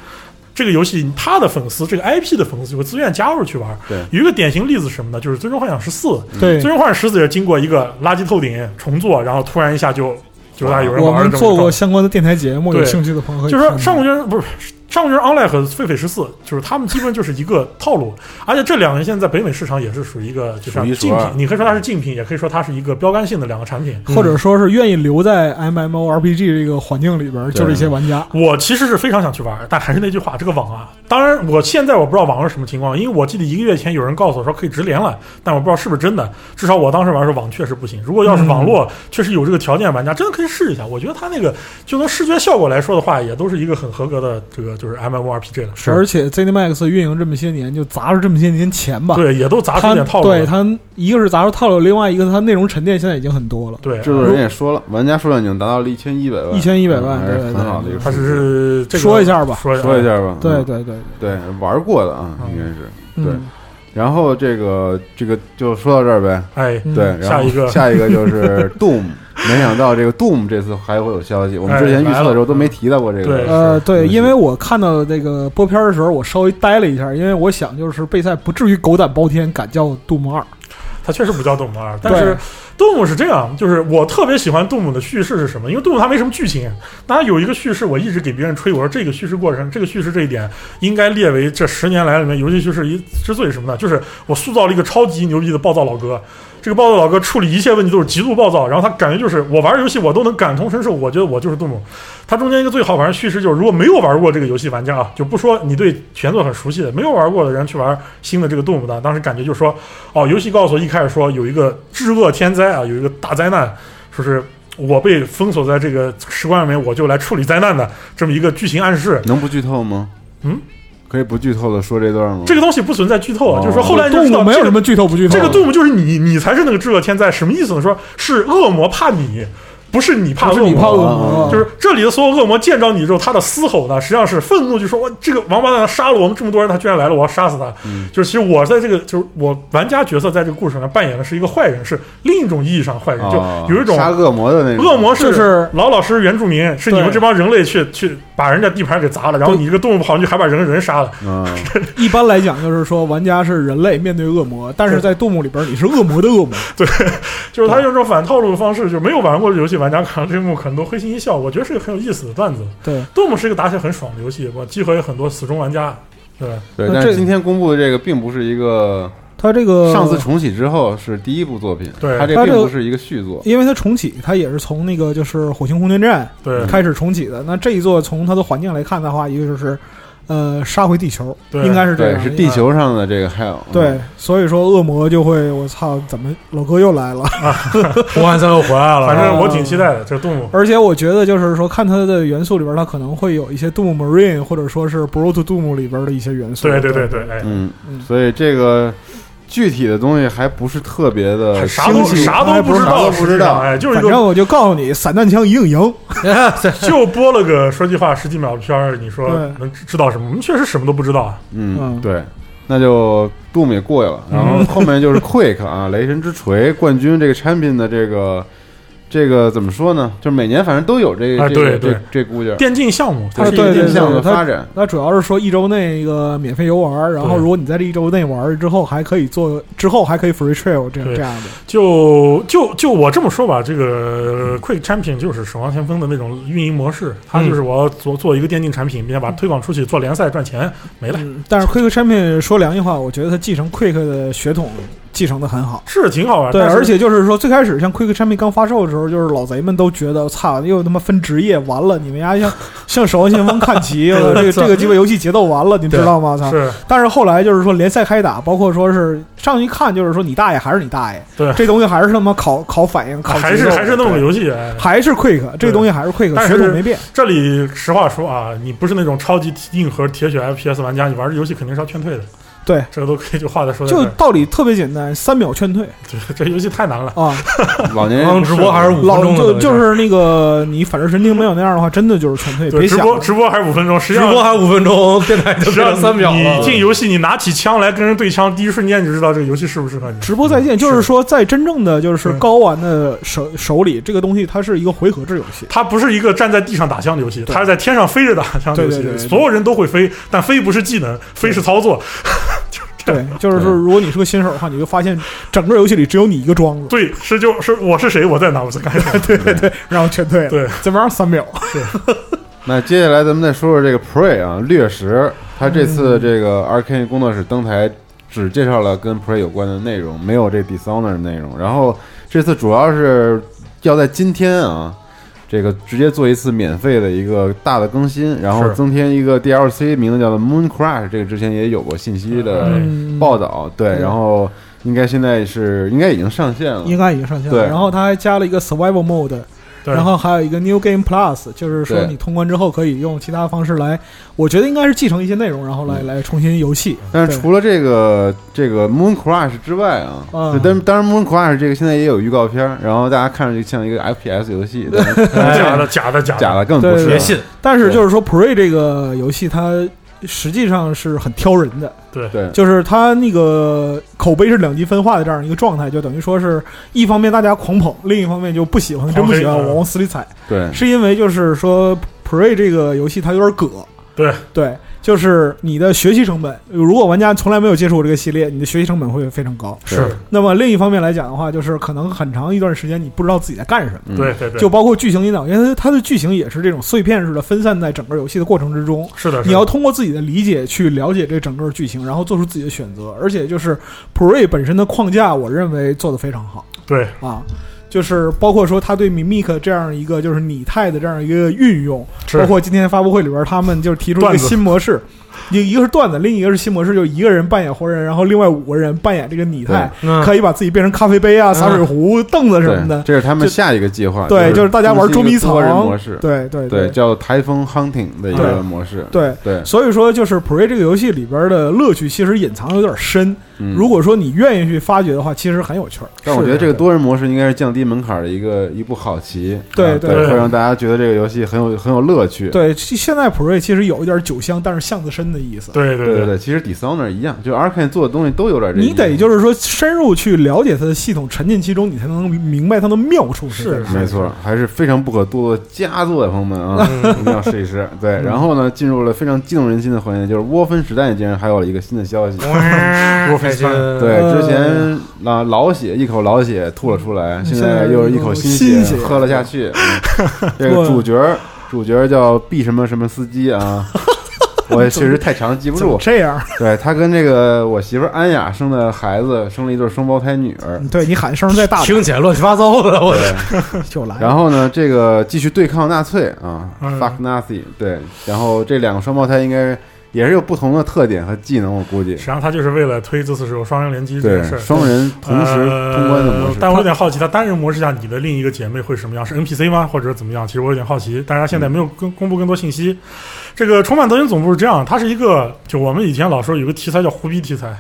这个游戏它的粉丝，这个 IP 的粉丝就会自愿加入去玩。对有一个典型例子是什么呢？就是《最终幻想十四》，《对最，终幻想十四》也是经过一个垃圾透顶重做，然后突然一下就就大家有人我玩了这们么一个做状态过相关的电台节目，有对兴趣的朋友可以就是说看上古卷轴不是上人 online 和狒狒十四，就是他们基本就是一个套路，而且这两个现在在北美市场也是属于一个就数一是数竞品二，嗯你可以说它是竞品，也可以说它是一个标杆性的两个产品。或者说是愿意留在 MMORPG 这个环境里边儿，就这些玩家。我其实是非常想去玩儿，但还是那句话，这个网啊，当然我现在我不知道网上是什么情况，因为我记得一个月前有人告诉我说可以直连了，但我不知道是不是真的。至少我当时玩的时候网确实不行。如果要是网络确实有这个条件，玩家真的可以试一下。我觉得它那个就从视觉效果来说的话，也都是一个很合格的这个就是 MMORPG 了。而且 ZeniMax 运营这么些年，就砸了这么些年钱吧。对，也都砸出他点套路对了。他一个是砸出套路，另外一个他内容沉淀现在已经很多了。对，制作人也说了，玩家数量已经达到了一千一百万，嗯1100万还是对对很好的一个它数只字。是这个说一下吧说哎说一，下吧，对嗯对对对，玩过的啊，应该是。对，对嗯然后这个这个就说到这儿呗。哎，嗯对，然后下一个下一个就是 Doom，没想到这个 Doom 这次还会有消息，我们之前预测的时候都没提到过这哎对个。呃，对，是因为我看到这个播片儿的时候，我稍微呆了一下，因为我想就是备赛不至于狗胆包天敢叫杜牧二，它确实不叫动物二，但是动物是这样，就是我特别喜欢动物的叙事是什么？因为动物它没什么剧情，但它有一个叙事，我一直给别人吹，我说这个叙事过程，这个叙事这一点应该列为这十年来里面游戏叙事一之最什么呢？就是我塑造了一个超级牛逼的暴躁老哥。这个暴躁老哥处理一切问题都是极度暴躁，然后他感觉就是我玩游戏我都能感同身受，我觉得我就是杜牧。它中间一个最好玩的叙事就是，如果没有玩过这个游戏玩家啊，就不说你对前作很熟悉的，没有玩过的人去玩新的这个动物的，当时感觉就是说，哦，游戏告诉我一开始说有一个治恶天灾啊，有一个大灾难，说是我被封锁在这个石棺里面，我就来处理灾难的这么一个剧情暗示。能不剧透吗？嗯，可以不剧透的说这段吗？这个东西不存在剧透，哦啊，就是说后来你就杜知牧道没有这个什么剧透不剧透这的，个杜牧就是你，你才是那个治恶天灾，什么意思呢？说是恶魔怕你，不是你怕恶不是魔，啊嗯你怕恶魔哦，就是这里的所有恶魔见着你之后，他的嘶吼呢，实际上是愤怒，就说：“我这个王八蛋杀了我们这么多人，他居然来了，我要杀死他。就是其实我在这个，就是我玩家角色在这个故事里面扮演的是一个坏人，是另一种意义上的坏人，哦就有一种杀恶魔的那种恶魔就是是老老实实原住民，是你们对这帮人类去去把人家地盘给砸了，然后对你这个动物跑进去还把人人杀了，嗯，一般来讲就是说玩家是人类面对恶魔，但是在杜牧里边你是恶魔的恶魔，就是他用这种反套路的方式，就没有玩过的游戏玩家看到这一幕可能都会心一笑。我觉得是个很有意思的段子。对， Doom 是一个打起来很爽的游戏，我集合有很多死忠玩家。对，对。那但这是今天公布的这个并不是一个他这个上次重启之后是第一部作品，呃对它这它并这不个是一个续作。因为它重启，它也是从那个就是火星空间站对开始重启的。那这一座从它的环境来看的话，一个就是呃杀回地球，对应该是这对，样，是地球上的这个 hell。对，所以说恶魔就会我操，怎么老哥又来了？红汉 三又回来了，反正我挺期待的。这动物，而且我觉得就是说，看它的元素里边，它可能会有一些 Doom Marine 或者说是 Bro to Doom 里边的一些元素。对对对，对，哎，嗯，嗯所以这这个具体的东西还不是特别的啥都清晰啥都不知啥道，都不知道。哎，就是一反个正我就告诉你，散弹枪一定赢。 就播了个说句话十几秒的片儿，你说对能知道什么？我们确实什么都不知道啊。嗯，嗯对，那就 Doom 也过去了，然嗯后后面就是 Quick 啊，雷神之锤冠军这个产品的这个这个怎么说呢？就是每年反正都有这啊这个对对这这估计，电竞项目，它它是是一一个个对电定对向的它发展。那主要是说一周内一个免费游玩，然后对如果你在这一周内玩儿之后，还可以做之后还可以 free trial 这样对这样的。就就就我这么说吧，这个呃 Quick 产品就是《守望先锋》的那种运营模式，它就是我要做做一个电竞产品，并且把它推广出去，做联赛赚钱，没了。嗯，但是 Quick Champion 说良心话，我觉得它继承 Quick 的血统继承的很好。是挺好玩，对，啊但是而且就是说，最开始像 Quick Champion 刚发售的时候，就是老贼们都觉得，操，又他妈分职业，完了，你们 家像像守望先锋看齐，对这个操这个鸡巴游戏节奏完了，你知道吗？操！是但是后来就是说联赛开打，包括说是上去一看，就是说你大爷还是你大爷，对啊这东西还是他妈考考反应，考还节是奏还是那么个对游戏。哎还是 Quick 这对东西还是 Quick 但血是统没变，这里实话说啊，你不是那种超级硬核铁血 FPS 玩家，你玩这游戏肯定是要劝退的。对，这个都可以就话再说在这就儿。道理特别简单，三秒劝退这这游戏太难了。啊，老年刚人刚直播还是五分老钟的就等于就是那个你反正神经没有那样的话，真的就是全退，对，别直想播了。直播还是五分钟，实际直上播还五分钟，电台就实际只上有三秒你了。进游戏，你拿起枪来跟人对枪，第一瞬间你就知道这个游戏适不适合你。直播在线就是说，在真正的就是对高玩的手手里，这个东西它是一个回合制游戏。它不是一个站在地上打枪的游戏，它是在天上飞着打枪的游戏。对对对对所有人都会飞，但飞不是技能，飞是操作。对，就是说，如果你是个新手的话，你就发现整个游戏里只有你一个庄子，对，是就是我是谁，我在哪，我在干什么。然后全退了。对，这玩意儿三秒。那接下来咱们再说说这个 Prey 啊，掠食。他这次这个 Arcane 工作室登台只介绍了跟 Prey 有关的内容，没有这 Dishonor 的内容。然后这次主要是要在今天啊，这个直接做一次免费的一个大的更新，然后是增添一个 DLC，名字叫做 Moon Crash。这个之前也有过信息的嗯报道，对，对然后应该现在是应该已经上线了，应该已经上线对了。然后它还加了一个 Survival Mode，对然后还有一个 New Game Plus，就是说对你通关之后可以用其他方式来，我觉得应该是继承一些内容，然后来来重新游戏。但是除了这个这个 Moon Crash 之外啊，啊对但当然 Moon Crash 这个现在也有预告片儿，然后大家看上去像一个 FPS 游戏，但是假的假的假假的，的根本不对别是。信，但是就是说 Prey 这个游戏它。实际上是很挑人的，对就是它那个口碑是两极分化的这样一个状态，就等于说是一方面大家狂捧，另一方面就不喜欢，真不喜欢，狂黑嗯我往死里踩。对是因为就是说 Prey 这个游戏它有点葛，对 对，就是你的学习成本，如果玩家从来没有接触过这个系列，你的学习成本会非常高。是那么另一方面来讲的话，就是可能很长一段时间你不知道自己在干什么。嗯对对对，就包括剧情引导，因为它的剧情也是这种碎片式的分散在整个游戏的过程之中。是的，是的你要通过自己的理解去了解这整个剧情，然后做出自己的选择。而且就是 Prey 本身的框架，我认为做得非常好。对啊，就是包括说他对 Mimic 这样一个就是拟态的这样一个运用，是包括今天发布会里边他们就是提出一段个子新模式，一一个是段子，另一个是新模式，就一个人扮演活人，然后另外五个人扮演这个拟态，嗯 可以把自己变成咖啡杯啊、洒水壶、凳子什么对，的。这是他们就下一个计划，对，就是是大家玩捉迷更新一个多藏人模式对对对对叫做台风 hunting 的一个对模式，对对，所以说，就是《Prey》这个游戏里边的乐趣其实隐藏得有点深。嗯如果说你愿意去发掘的话，其实很有趣儿。但我觉得是这个多人模式应该是降低门槛的一个一步好棋，对啊对对，对会让大家觉得这个游戏很有很有乐趣，对，其现在 Prey 其实有一点酒香，但是巷子深的意思。对对对，对，其实 Dishonor 一样，就 Arkane 做的东西都有点这意思，你得就是说深入去了解它的系统，沉浸其中，你才能明白它的妙处在哪儿。没错，还是非常不可多的佳作呀，朋友们啊，嗯一定要试一试。对，然后呢，进入了非常激动人心的环节，就是窝分时代竟然还有了一个新的消息。多嗯开心，对，嗯之前啊老血一口老血吐了出来，嗯现在又是一口新血血喝了下 去。嗯这个主角儿主角儿叫 B 什么什么司机 啊，我确实太长记不怎么住。这样？对他跟这个我媳妇儿安雅生的孩子生了一对双胞胎女儿，对你喊声再大 点听起来乱七八糟的，我就来。然后呢，这个继续对抗纳粹啊、嗯 f u c k Nazi。对，然后这两个双胞胎应该也是有不同的特点和技能，我估计实际。上他就是为了推这次是有双人联机这对个事，儿。双人同时呃通关的模式。但我有点好奇，他单人模式下你的另一个姐妹会什么样？是 NPC 吗？或者怎么样？其实我有点好奇，但是他嗯现在没有更公布更多信息。这个《重返德军总部》是这样，它是一个就我们以前老说有个题材叫胡逼题材，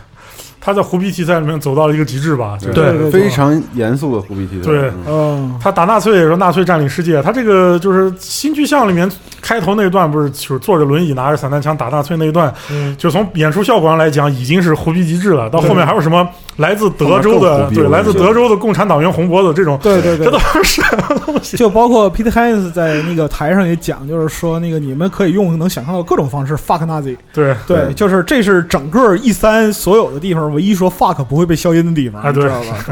他在胡逼题材里面走到了一个极致吧，就是对对非常严肃的胡逼题材。对嗯嗯，他打纳粹，说纳粹占领世界。他这个就是新巨像里面开头那一段，不是就是坐着轮椅拿着散弹枪打纳粹那一段，嗯就从演出效果上来讲，已经是胡逼极致了。到后面还有什么来自德州嗯后面更的胡逼对我来自觉得德州的共产党员红脖子这种，对对这对都，是就包括 Peter Hines 在那个台上也讲，就是说那个你们可以用能想象到各种方式 fuck Nazi。对对对，就是这是整个 E 三所有的地方唯一说 fuck 不会被消音的地方，啊你知对道吧？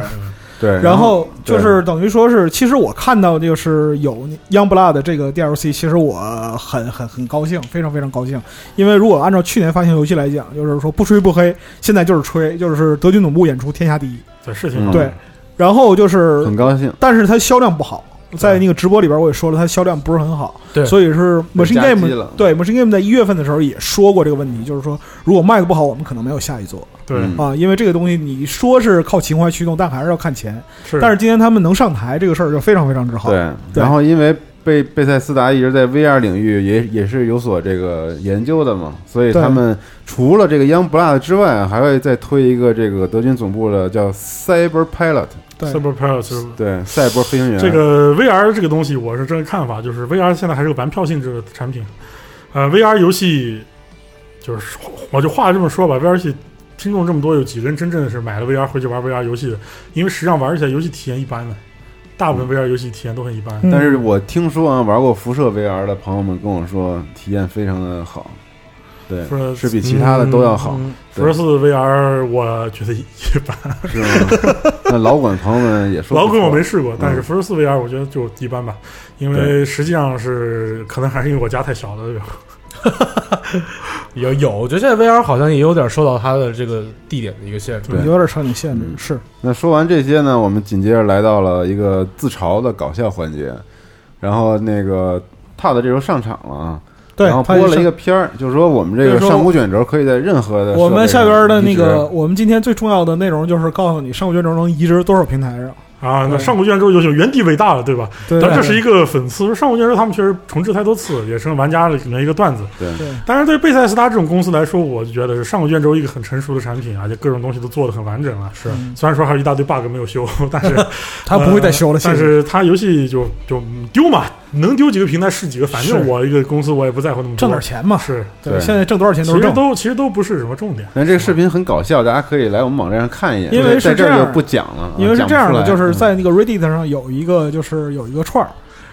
对，然后后就是等于说是，其实我看到就是有 Youngblood 这个 DLC，其实我很很很高兴，非常非常高兴，因为如果按照去年发行游戏来讲，就是说不吹不黑，现在就是吹，就是德军总部演出天下第一，对啊是挺嗯好的。对，然后就是很，高兴。但是它销量不好。在那个直播里边，我也说了，它销量不是很好，对所以是 Machine 加机 Game 了对 Machine Game 在一月份的时候也说过这个问题，就是说如果卖的不好，我们可能没有下一座对嗯啊，因为这个东西你说是靠情怀驱动，但还是要看钱，是，但是今天他们能上台这个事儿就非常非常之好。对，对然后因为贝贝塞斯达一直在 VR 领域也也是有所这个研究的嘛，所以对他们除了这个 Young Blood 之外，还会再推一个这个德军总部的叫 Cyber Pilot，对 Super p i l o t 对，赛博飞行员。这个 VR 这个东西，我是这个看法，就是 VR 现在还是个玩票性质的产品。呃，VR 游戏就是我就话这么说吧，VR 游戏听众这么多，有几个人真正的是买了 VR 回去玩 VR 游戏的？因为实际上玩起来游戏体验一般的，大嗯部分 VR 游戏体验都很一般。嗯但是我听说啊，玩过辐射 VR 的朋友们跟我说，体验非常的好。对说，嗯是比其他的都要好，对福十四 VR 我觉得一般，是吗？ 那老滚朋友们也说不老错，滚我没试过，但是嗯福十四 VR 我觉得就一般吧，因为实际上是可能还是因为我家太小了， 有有，我觉得现在 VR 好像也有点受到它的这个地点的一个限制。对有点场景限制嗯是。那说完这些呢，我们紧接着来到了一个自嘲的搞笑环节，然后那个 Todd 这时候上场了啊，对，然后他播了上一个片儿，就是说我们这个上古卷轴可以在任何的我们设下备上边的那移植个，我们今天最重要的内容就是告诉你上古卷轴能移植多少平台上。啊，那对上古卷轴就就原地伟大了，对吧？对，但这是一一个粉丝，上古卷轴他们确实重置太多次，也成玩家里面一个段子。对，但是对贝塞斯达这种公司来说，我就觉得是上古卷轴一个很成熟的产品，而啊且各种东西都做得很完整了。是虽然说还有一大堆 bug 没有修， 但是嗯 他不会再修了。呃但是它游戏就就丢嘛，能丢几个平台是几个，反正是我一个公司我也不在乎那么多。挣点钱嘛，是，对现在挣多少钱其都是实挣。都其实都不是什么重点。但这个视频很搞笑，大家可以来我们网站上看一眼，因为是在这这儿样就不讲了啊，因为是这样讲的，不出就来是在那个 Reddit 上有一个，就是有一个串儿，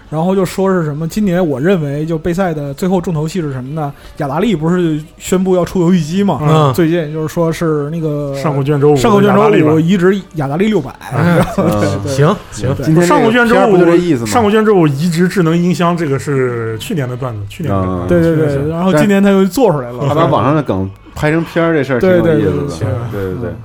然后就说是什么，今年我认为就备赛的最后重头戏是什么呢？雅达利不是宣布要出游戏机嘛？嗯最近就是说是那个上古卷轴五，上古卷雅达利轴吧五移植雅达利六啊百，然后嗯对行行， 对今天这个上古卷轴片儿不就这意思五，吗？上古卷轴五移植智能音箱，这个是去年的段子，去年的段嗯子对是对是对，是然后今年他又做出来 他了。把网上的梗拍成片儿这事儿挺对有对意对思对的，对对对对。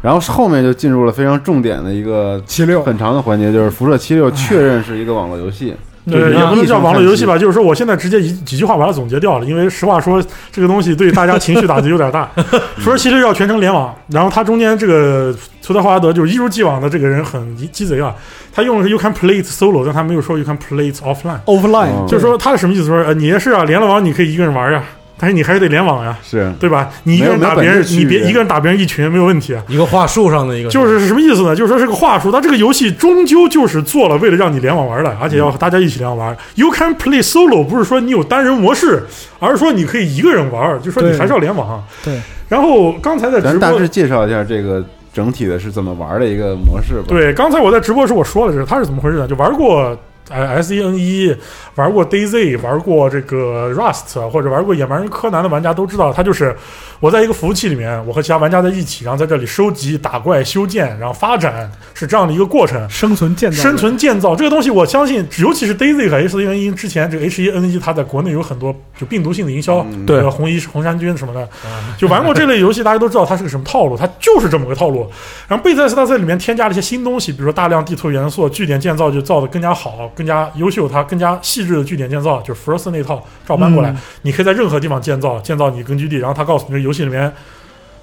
然后后面就进入了非常重点的一个七六，很长的环节，就是《辐射七六》确认是一个网络游戏，对，也不能叫网络游戏吧。吧，就是说我现在直接一几句话把它总结掉了，因为实话说，这个东西对大家情绪打击有点 大。说其实要全程联网，然后它中间这个图特华德就是一如既往的这个人很鸡贼啊，他用的是 you can play it solo，但他没有说 you can play it offline， offline，、嗯就是说他是什么意思？说呃你也是啊，连了网你可以一个人玩呀、但是你还是得联网呀、是对吧？你一个人没有打别人本，质区你别别一个人打别人一群没有问题啊。一个话术上的一个就是什么意思呢？就是说这个话术，它这个游戏终究就是做了为了让你联网玩的，而且要和大家一起联网玩。You can play solo，不是说你有单人模式，而是说你可以一个人玩，就说你对还是要联网。啊对。然后刚才在直咱大播致，介绍一下这个整体的是怎么玩的一个模式吧。，对，刚才我在直播时候我说了这，它是怎么回事呢？就玩过。呃 S E N 一玩过 DayZ，玩过这个 Rust，或者玩过野蛮人柯南的玩家都知道，它就是我在一个服务器里面，我和其他玩家在一起，然后在这里收集、打怪、修建，然后发展，是这样的一个过程。生存建造的，生存建造这个东西，我相信，尤其是 Daisy 和 H 1 N 1之前，这个 H 1 N 1它在国内有很多就病毒性的营销，对呃红衣红衫军什么的，嗯就玩过这类游戏，大家都知道它是个什么套路，它就是这么个套路。然后贝塞斯达在里面添加了一些新东西，比如说大量地图元素，据点建造就造得更加好、更加优秀，它更加细致的据点建造，就是 Frost 那套照搬过来，嗯你可以在任何地方建造，建造你根据地，然后它告诉你这游戏里面。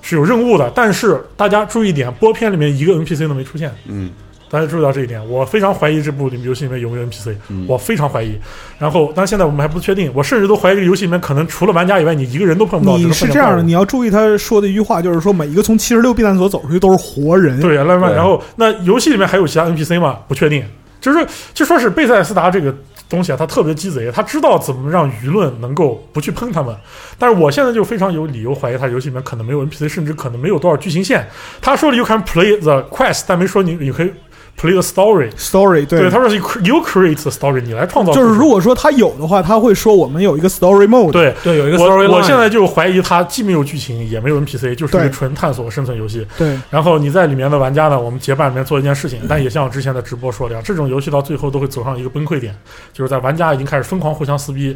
是有任务的，但是大家注意一点，播片里面一个 NPC 都没出现。嗯，大家注意到这一点，我非常怀疑这部游戏里面有没有 NPC，、我非常怀疑。然后，但现在我们还不确定，我甚至都怀疑这个游戏里面可能除了玩家以外，你一个人都碰不到。你是这样的，你要注意他说的一句话，就是说每一个从七十六避难所走出去都是活人。对，来吧。对然后，那游戏里面还有其他 NPC 吗？不确定。就是就说是贝塞斯达这个东西啊，他特别鸡贼，他知道怎么让舆论能够不去喷他们。但是我现在就非常有理由怀疑他游戏里面可能没有 NPC，甚至可能没有多少剧情线。他说了 “You can play the quest”，但没说你你可以 play the story。 story，对，他说是 “You create the story”，你来创造故事。就是如果说他有的话，他会说我们有一个 story mode。，对，对有一个 story 我 line，我现在就怀疑它既没有剧情，也没有 NPC，就是一个对纯探索生存游戏。对然后你在里面的玩家呢，我们结伴里面做一件事情，但也像我之前的直播说的一样，这种游戏到最后都会走上一个崩溃点，就是在玩家已经开始疯狂互相撕逼，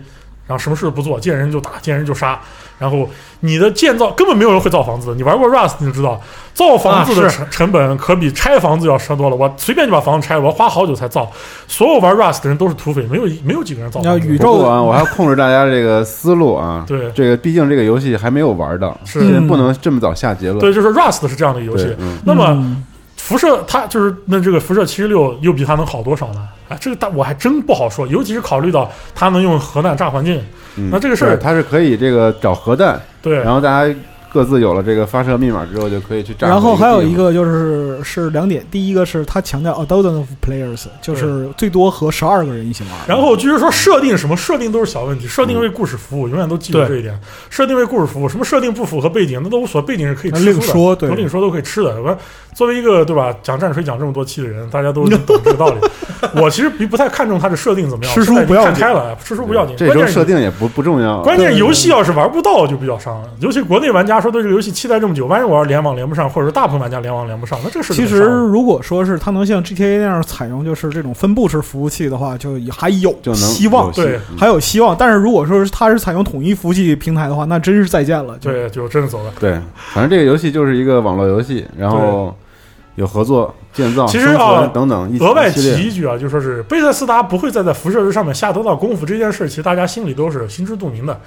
然后什么事都不做，见人就打，见人就杀，然后你的建造根本没有人会造房子，你玩过 Rust 你就知道，造房子的啊成成本可比拆房子要奢多了，我随便就把房子拆了，我花好久才造，所有玩 Rust 的人都是土匪，没有没有几个人造你要房子宇的。宙不过啊，我还要控制大家这个思路啊。 对这个毕竟这个游戏还没有玩到，是先不能这么早下结论。对，就是 Rust 是这样的游戏对，，嗯，那么嗯辐射它就是那这个辐射七十六又比它能好多少呢？啊，这个大我还真不好说，尤其是考虑到它能用核弹炸环境，嗯那这个事儿 对它是可以这个找核弹，对然后大家各自有了这个发射密码之后，就可以去炸。然后还有一，个就是是两点，第一个是他强调 a d o d e n of players，就是最多和十二个人一起玩。然后就是说设定什么设定都是小问题，设定为故事服务，永远都记住对这一点。设定为故事服务，什么设定不符合背景，那都无所谓，背景是可以吃出的那另说对我跟你说都可以吃的。我作为一个对吧，讲战锤讲这么多期的人，大家都懂这个道 理。我其实不不太看重它的设定怎么样，吃书我现在已经不要看紧开了，吃书不要紧。这时关候键是设定也不不重要。关键游戏要是玩不到就比较伤了，尤其国内玩家说对这个游戏期待这么久，万一我要是联网连不上，或者是大部分玩家联网连不上，那这个事其情实就伤了如果说是它能像 GTA 那样采用就是这种分布式服务器的话，就也还有就能希望有。戏对嗯还有希望，但是如果说是它是采用统一服务器平台的话，那真是再见了。就对就真的走了。对，反正这个游戏就是一个网络游戏，然后有合作、建造、其实生存啊等等一额外一系列提一句啊，就说是贝塞斯达不会再在辐射这上面下多大功夫，这件事其实大家心里都是心知肚明的。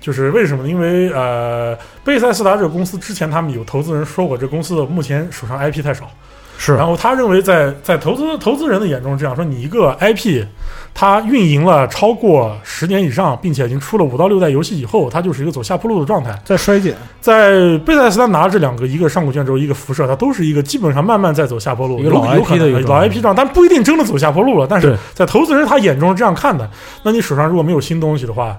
就是为什么呢？因为呃，贝塞斯达这个公司之前他们有投资人说过，这公司的目前手上 IP 太少，是然后他认为在在投资投资人的眼中是这样说：你一个 IP，它运营了超过十年以上，并且已经出了五到六代游戏以后，它就是一个走下坡路的状态。在衰减，在贝塞斯他拿这两个，一个上古卷轴，一个辐射，它都是一个基本上慢慢在走下坡路，一个老有有可 IP 的一能个老 IP 状态，但不一定真的走下坡路了。但是对在投资人他眼中是这样看的，那你手上如果没有新东西的话。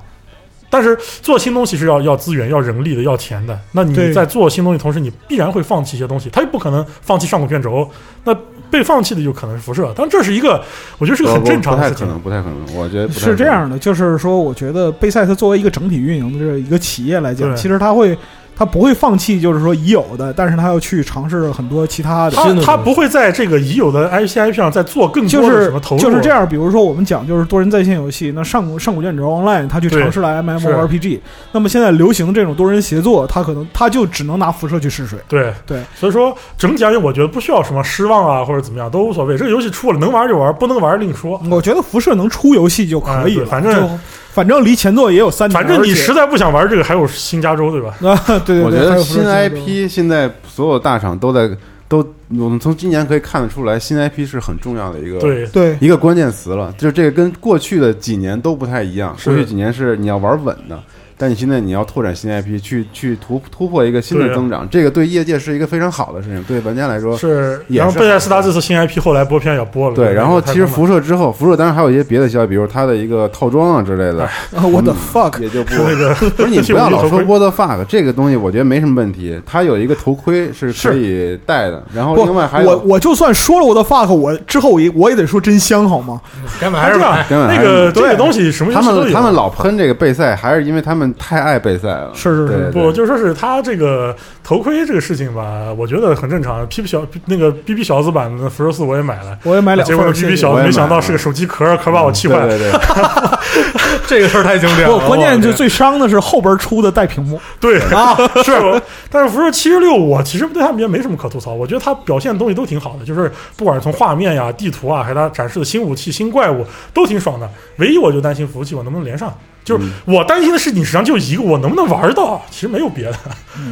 但是做新东西是要要资源、要人力的、要钱的。那你对在做新东西同时，你必然会放弃一些东西，他也不可能放弃上古卷轴。那被放弃的有可能是辐射，但这是一个，我觉得是个很不正常不的太事可情。能，不太可能，我觉得不太可是能这。样的，就是说，我觉得贝赛特作为一个整体运营的这一个企业来讲，对其实他会，他不会放弃，就是说已有的，但是他要去尝试很多其他的。他新的他东西不会在这个已有的 IP 上再做更哦就多的是什么投入，啊就是这样，比如说我们讲就是多人在线游戏，那上古上古卷轴 Online 他去尝试了是 MMORPG，那么现在流行的这种多人协作，他可能他就只能拿辐射去试水。对对，所以说整体而言，我觉得不需要什么失望啊或者怎么样都无所谓。这个游戏出了能玩就玩，不能玩另说。我觉得辐射能出游戏就可哎以了，对反正就反正离前作也有三年，反正你而且实在不想玩这个，还有新加州对吧？啊， 对对对，我觉还得有辐射新前作 IP 现在所有大厂都在都，我们从今年可以看得出来，新 IP 是很重要的一个对， 对一个关键词了。就是这个跟过去的几年都不太一样，是过去几年是你要玩稳的。但你现在你要拓展新 IP，去去突突破一个新的对啊增长，这个对业界是一个非常好的事情，对玩家来说是。也是然后贝塞斯达这次新 IP 后来播片也播了，对，然后太其实空了辐射之后，辐射当然还有一些别的消息，比如它的一个套装啊之类的，啊我的嗯 fuck，也就不那个不是你不要老头说盔 what the fuck 这个东西，我觉得没什么问题。它有一个头盔是可以戴的， 然后不另外还我有我就算说了我的 fuck，我之后我也我也得说真香好吗？该买还是这样买，根本还那是个这对个东西什么游他戏都们有。他们老喷这个备赛，还是因为他们太爱备赛了。是是是对不对就说是他这个头盔这个事情吧，我觉得很正常。皮皮小那个 BB 小子版的辐射四我也买了。我也买两结份果儿 BB 谢小我谢。也子买没想到了是个手机壳，可把我气坏了。对对对， 这个事儿太经典不了。，关键就我最伤的是后边出的带屏幕，对 啊，是我。但是辐射七十六，我其实对他们也没什么可吐槽。我觉得它表现的东西都挺好的，就是不管是从画面呀、地图啊，还有它展示的新武器、新怪物，都挺爽的。唯一我就担心服务器我能不能连上，就是我担心的事情实际上就一个，我能不能玩到？其实没有别的。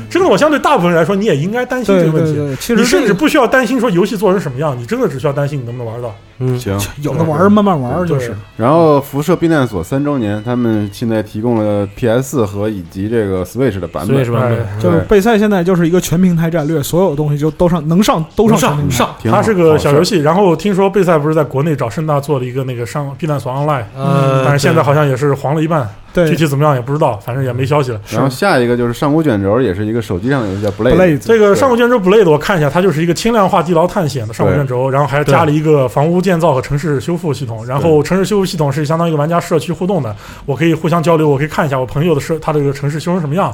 真的，我相对大部分人来说，你也应该担心这对个问对题。对，其你实甚这至个不需要担心说游戏做成什么样，你真的只需要担心你能不能玩到。嗯，行。有的玩儿慢慢玩儿对就是，然后辐射避难所三周年，他们现在提供了 PS 和以及这个 Switch 的版所以本是，版本哎就是备赛现在就是一个全平台战略，所有东西就都上能上都上全上平台。上，挺好它是个小游戏，戏，然后听说贝塞不是在国内找盛大做了一个那个上避难所 online，嗯呃，但是现在好。好像也是黄了一半，具对体怎么样也不知道，反正也没消息了。然后下一个就是上古卷轴，也是一个手机上的游戏叫 Blade， ，Blade 这个上古卷轴 Blade 我看一下，它就是一个轻量化地牢探险的上古卷轴，然后还加了一个房屋建造和城市修复系统。然后城市修复系统是相当于一个玩家社区互动的，我可以互相交流，我可以看一下我朋友的社他这个城市修成什么样。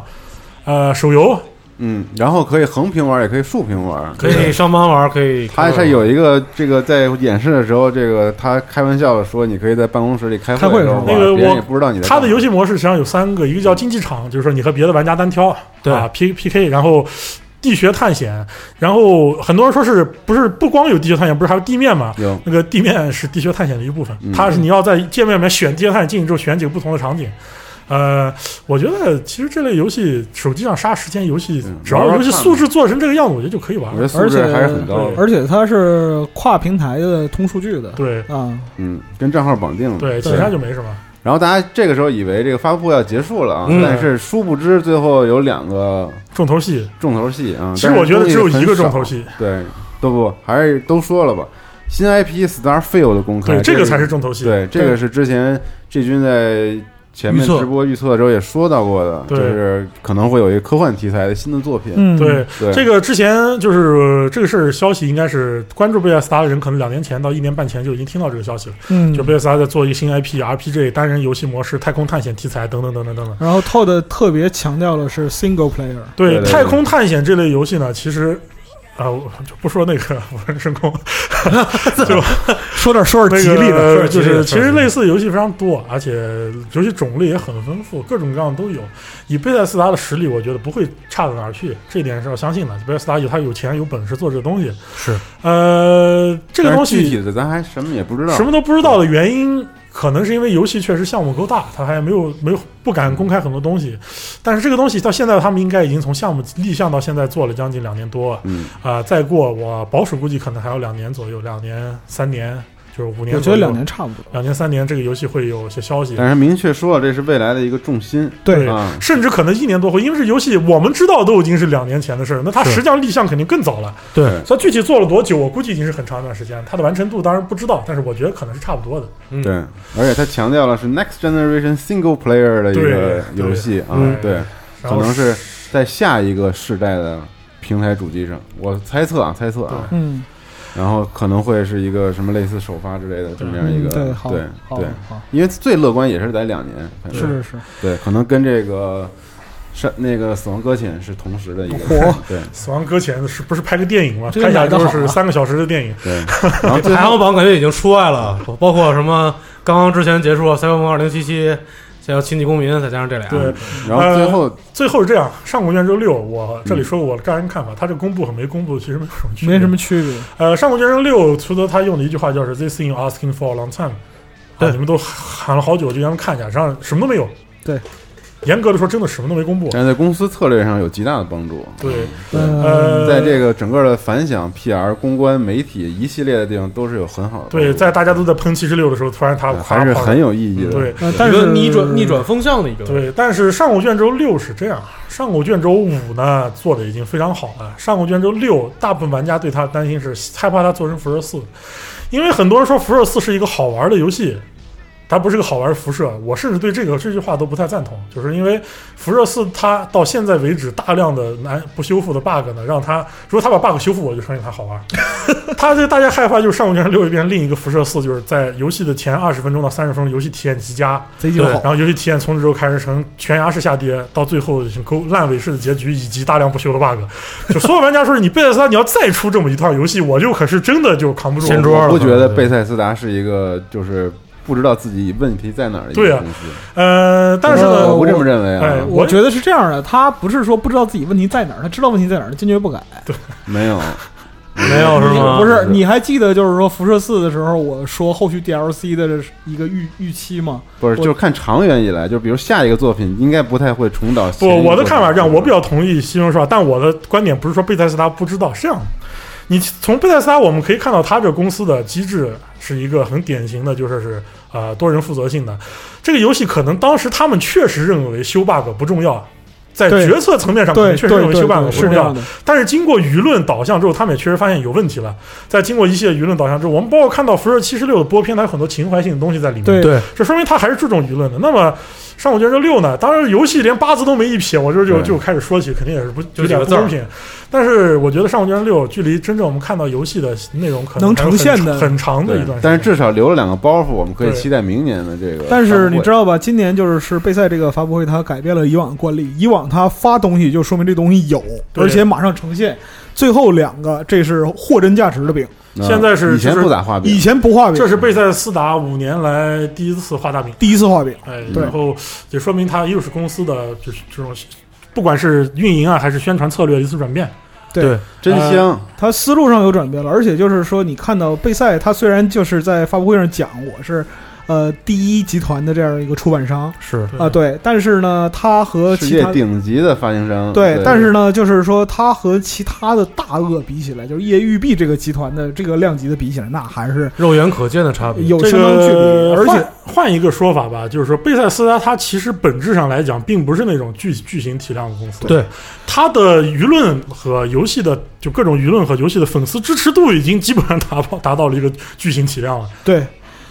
呃，手游嗯，然后可以横屏玩，也可以竖屏玩，可以上班玩，可以。他是有一个这个在演示的时候，这个他开玩笑的说，你可以在办公室里开开会的时的时候候玩，那个别人我也不知道你在它干嘛。的游戏模式实际上有三个，一个叫竞技场，就是说你和别的玩家单挑，对啊 P P K，然后地穴探险，然后很多人说是不是不光有地穴探险，不是还有地面嘛？有那个地面是地球探险的一部分，嗯它是你要在界面里面选地球探险进去之后选几个不同的场景。呃，我觉得其实这类游戏手机上杀时间游戏嗯，只要玩玩游戏看素质做成这个样子，我觉得就可以玩我觉。得素质还是很高的，而且它是跨平台的通数据的对啊，嗯，跟账号绑定了。对，其对他就没什么。然后大家这个时候以为这个发布会要结束了啊，嗯但是殊不知最后有两个重头戏，重头戏啊。其实但是我觉得东西只有很一个重少头戏，对，都不还是都说了吧。新 IP Starfield 的公开，对，这个哎个才是重头戏。对，这个是之前这军在前面预测直播预测的时候也说到过的，就对是可能会有一个科幻题材的新的作品。嗯，对，对，这个之前就是呃这个事儿消息，应该是关注贝塞斯达的人，可能两年前到一年半前就已经听到这个消息了。嗯，就贝塞斯达在做一个新 IP、RPG 单人游戏模式、太空探险题材等等等等等等。然后 Todd 特别强调的是 single player，对对对太空探险这类游戏呢，其实。啊，我就不说那个《无人升 空》，说点说点那吉利的，个是吉就利是的其实类似的游戏非常多，啊而且游戏种类也很丰富，各种各样都有。以贝塞斯达的实力，我觉得不会差到哪儿去，这一点是要相信的。贝塞斯达有他有钱有本事做这个东西，是呃，这个但东是具西体的咱还什么也不知道嗯什。么都不知道的原因，可能是因为游戏确实项目够大，他还没有没有不敢公开很多东西。但是这个东西到现在，他们应该已经从项目立项到现在做了将近两年多啊、嗯，再过我保守估计可能还有两年左右，两年三年就是五年左右。我觉得两年差不多。两年三年，这个游戏会有一些消息。但是明确说了，这是未来的一个重心。对嗯啊，甚至可能一年多会，因为这游戏我们知道都已经是两年前的事儿，那它是实际上立项肯定更早了。对，所以具体做了多久，我估计已经是很长一段时间了。它的完成度当然不知道，但是我觉得可能是差不多的。嗯对，而且他强调了是 next generation single player 的一个对游戏啊嗯，对，然可后能是在下一个世代的平台主机上，我猜测啊，猜测啊，嗯，然后可能会是一个什么类似首发之类的这么样一个，嗯对，好，对好，对，好，因为最乐观也是在两年，反正是是是，对，可能跟这个山那个死亡搁浅是同时的一个嚯，对死亡搁浅是不是拍个电影吗？这个拍下来哪个就好啊是三个小时的电影。对，然后最啊排后行榜感觉已经出来了，包括什么刚刚之前结束《赛博朋克2077》，现在《星际公民》，再加上这俩，嗯对，然后最后最后是这样，上古卷轴六，我这里说我个人看法，它这公布和没公布其实没什么区别嗯没什么。区别。呃，上古卷轴六，除了他用的一句话就是 “This thing asking for a long time”，对啊，你们都喊了好久，就让他们看一下，然后什么都没有。对，严格的说，真的什么都没公布。但是在公司策略上有极大的帮助。对，对呃，嗯在这个整个的反响、PR、公关、媒体一系列的地方都是有很好的帮助对，在大家都在喷七十六的时候，突然他对还是很有意义的。对。呃，但一个是逆转逆转风向的一个，对，但是上古卷轴六是这样，啊上古卷轴五呢做的已经非常好了，上古卷轴六大部分玩家对它的担心是害怕它做成辐射四，因为很多人说辐射四是一个好玩的游戏。它不是个好玩的辐射，我甚至对这个这句话都不太赞同，就是因为辐射四它到现在为止大量的难不修复的 bug 呢，让它如果它把 bug 修复，我就承认它好玩。它这大家害怕就是上古卷轴六又变成另一个辐射四，就是在游戏的前二十分钟到三十分钟，游戏体验极佳，贼鸡对，巴好然，后游戏体验从这之后开始呈悬崖式下跌，到最后狗烂尾式的结局，以及大量不修的 bug。就所有玩家说，你贝塞斯达你要再出这么一套游戏，我就可是真的就扛不住掀了。桌了我不觉得对贝塞斯达是一个就是不知道自己问题在哪儿的一对个啊公司，呃，但是呃呢，我不这么认为啊哎，我觉得是这样的，他不是说不知道自己问题在哪儿，他知道问题在哪儿，坚决不改。没 有，没有哦是吗？不是，是你还记得就是说辐射四的时候，我说后续 DLC 的一个预预期吗？不是，就是看长远以来，就比如下一个作品应该不太会重蹈前一个不，我的作品看法是这样，我比较同意西蒙说，但我的观点不是说贝塞斯达不知道，是这样的。你从贝塞斯达我们可以看到，他这个公司的机制是一个很典型的，就说是呃多人负责性的。这个游戏可能当时他们确实认为修 bug 不重要，在对决策层面上可对能啊确对实认为修对 bug 对，不是重这要样，的。但是经过舆论导向之后，他们也确实发现有问题了。在经过一系列舆论导向之后，我们包括看到辐射七十六的播片，它有很多情怀性的东西在里面。对对，这说明他还是注重舆论的。那么上古卷轴六呢？当然，游戏连八字都没一撇，我这就对就开始说起，肯定也是不就有几点个不字儿公平。但是我觉得上古卷轴六距离真正我们看到游戏的内容，可能还有呈现很的很长的一段对时间。，但是至少留了两个包袱，我们可以对期待明年的这个发布会。但是你知道吧？今年就是是备赛这个发布会，它改变了以往惯例。以往它发东西就说明这东西有，对而且马上呈现。最后两个，这是货真价实的饼。啊现在是以前就是不咋画饼以，前不画饼，这是贝塞斯达五年来第一次画大饼。第一次画饼。哎，对然后也说明它又是公司的就是这种，不管是运营啊还是宣传策略的一次转变。对真香。他思路上有转变了，而且就是说，你看到贝赛，他虽然就是在发布会上讲我是，呃，第一集团的这样一个出版商是啊、对，但是呢，他呃和世其界他顶级的发行商，对，但是呢，就是说他和其他的大鳄比起来，就是业育碧这个集团的这个量级的比起来，那还是肉眼可见的差别。有这相当距离，个而且换换一个说法吧，就是说贝塞斯达它其实本质上来讲，并不是那种巨巨型体量的公司，对，它的舆论和游戏的就各种舆论和游戏的粉丝支持度已经基本上达到达到了一个巨型体量了。对，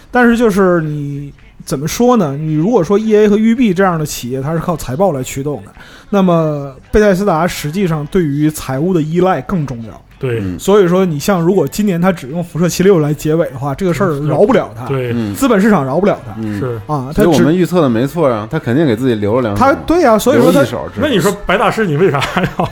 但是就是你怎么说呢？你如果说 E A 和育碧这样的企业，它是靠财报来驱动的，那么贝塞斯达实际上对于财务的依赖更重要。对、嗯所以说，你像如果今年它只用辐射七六来结尾的话，这个事儿饶不了它，对、嗯资本市场饶不了它嗯，是。啊，所它以我只们预测的没错啊，他肯定给自己留了两手，它对呀、所以留说它一手至少那你说白大师，你为啥要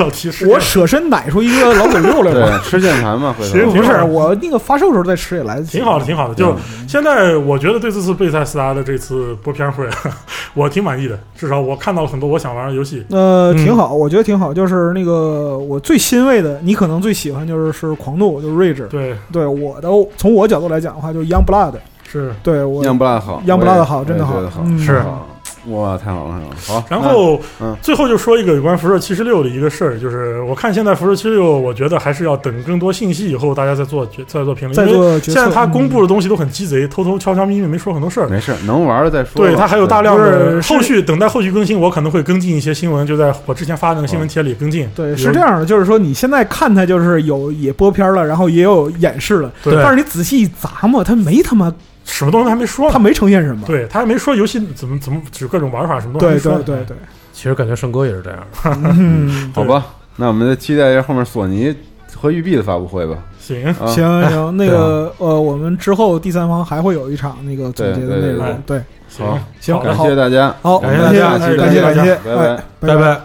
要提示？我舍身奶出一个老九六来对嘛。吃键盘嘛，回其实头挺不是好我那个发售时候再吃也来得及，挺好的，挺好的。就嗯现在，我觉得对这次贝塞斯达的这次播片会，啊我挺满意的。至少我看到了很多我想玩的游戏。呃，嗯挺好，我觉得挺好。就是那个我最欣慰的，你可能最喜欢就是是狂怒，就是 Rage。对，对我的从我角度来讲的话，就是 Young Blood。是。对我样不辣好， Young 我也 Blood 好，真的我也觉好得，好，嗯是好哇，太好了，太好了，好，然后、嗯最后就说一个有关辐射七十六的一个事儿，就是我看现在辐射七十六，我觉得还是要等更多信息以后，大家再做决再做评在论。因为做决现策。在他公嗯布的东西都很鸡贼，偷偷悄悄咪咪没说很多事儿。没事，能玩了再说吧。对，它还有大量对的是后续，等待后续更新，我可能会跟进一些新闻，就在我之前发的那个新闻帖里跟进。嗯对，比是如这样的，就是说你现在看它，就是有也播片了，然后也有演示了，对但是你仔细一咂摸，它没他妈，什么东西还没说呢它。没呈现什么。对他还没说游戏怎么怎么，只各种玩法什么都还对没说对呢对对，其实感觉胜哥也是这样的，嗯，好吧，那我们再期待一下后面索尼和育碧的发布会吧。行，啊，行行，那个呃，我们之后第三方还会有一场那个总结对的对内对容，对，行好行，好的感好谢大家，好，感谢大家感谢感谢感谢，拜拜哎拜拜。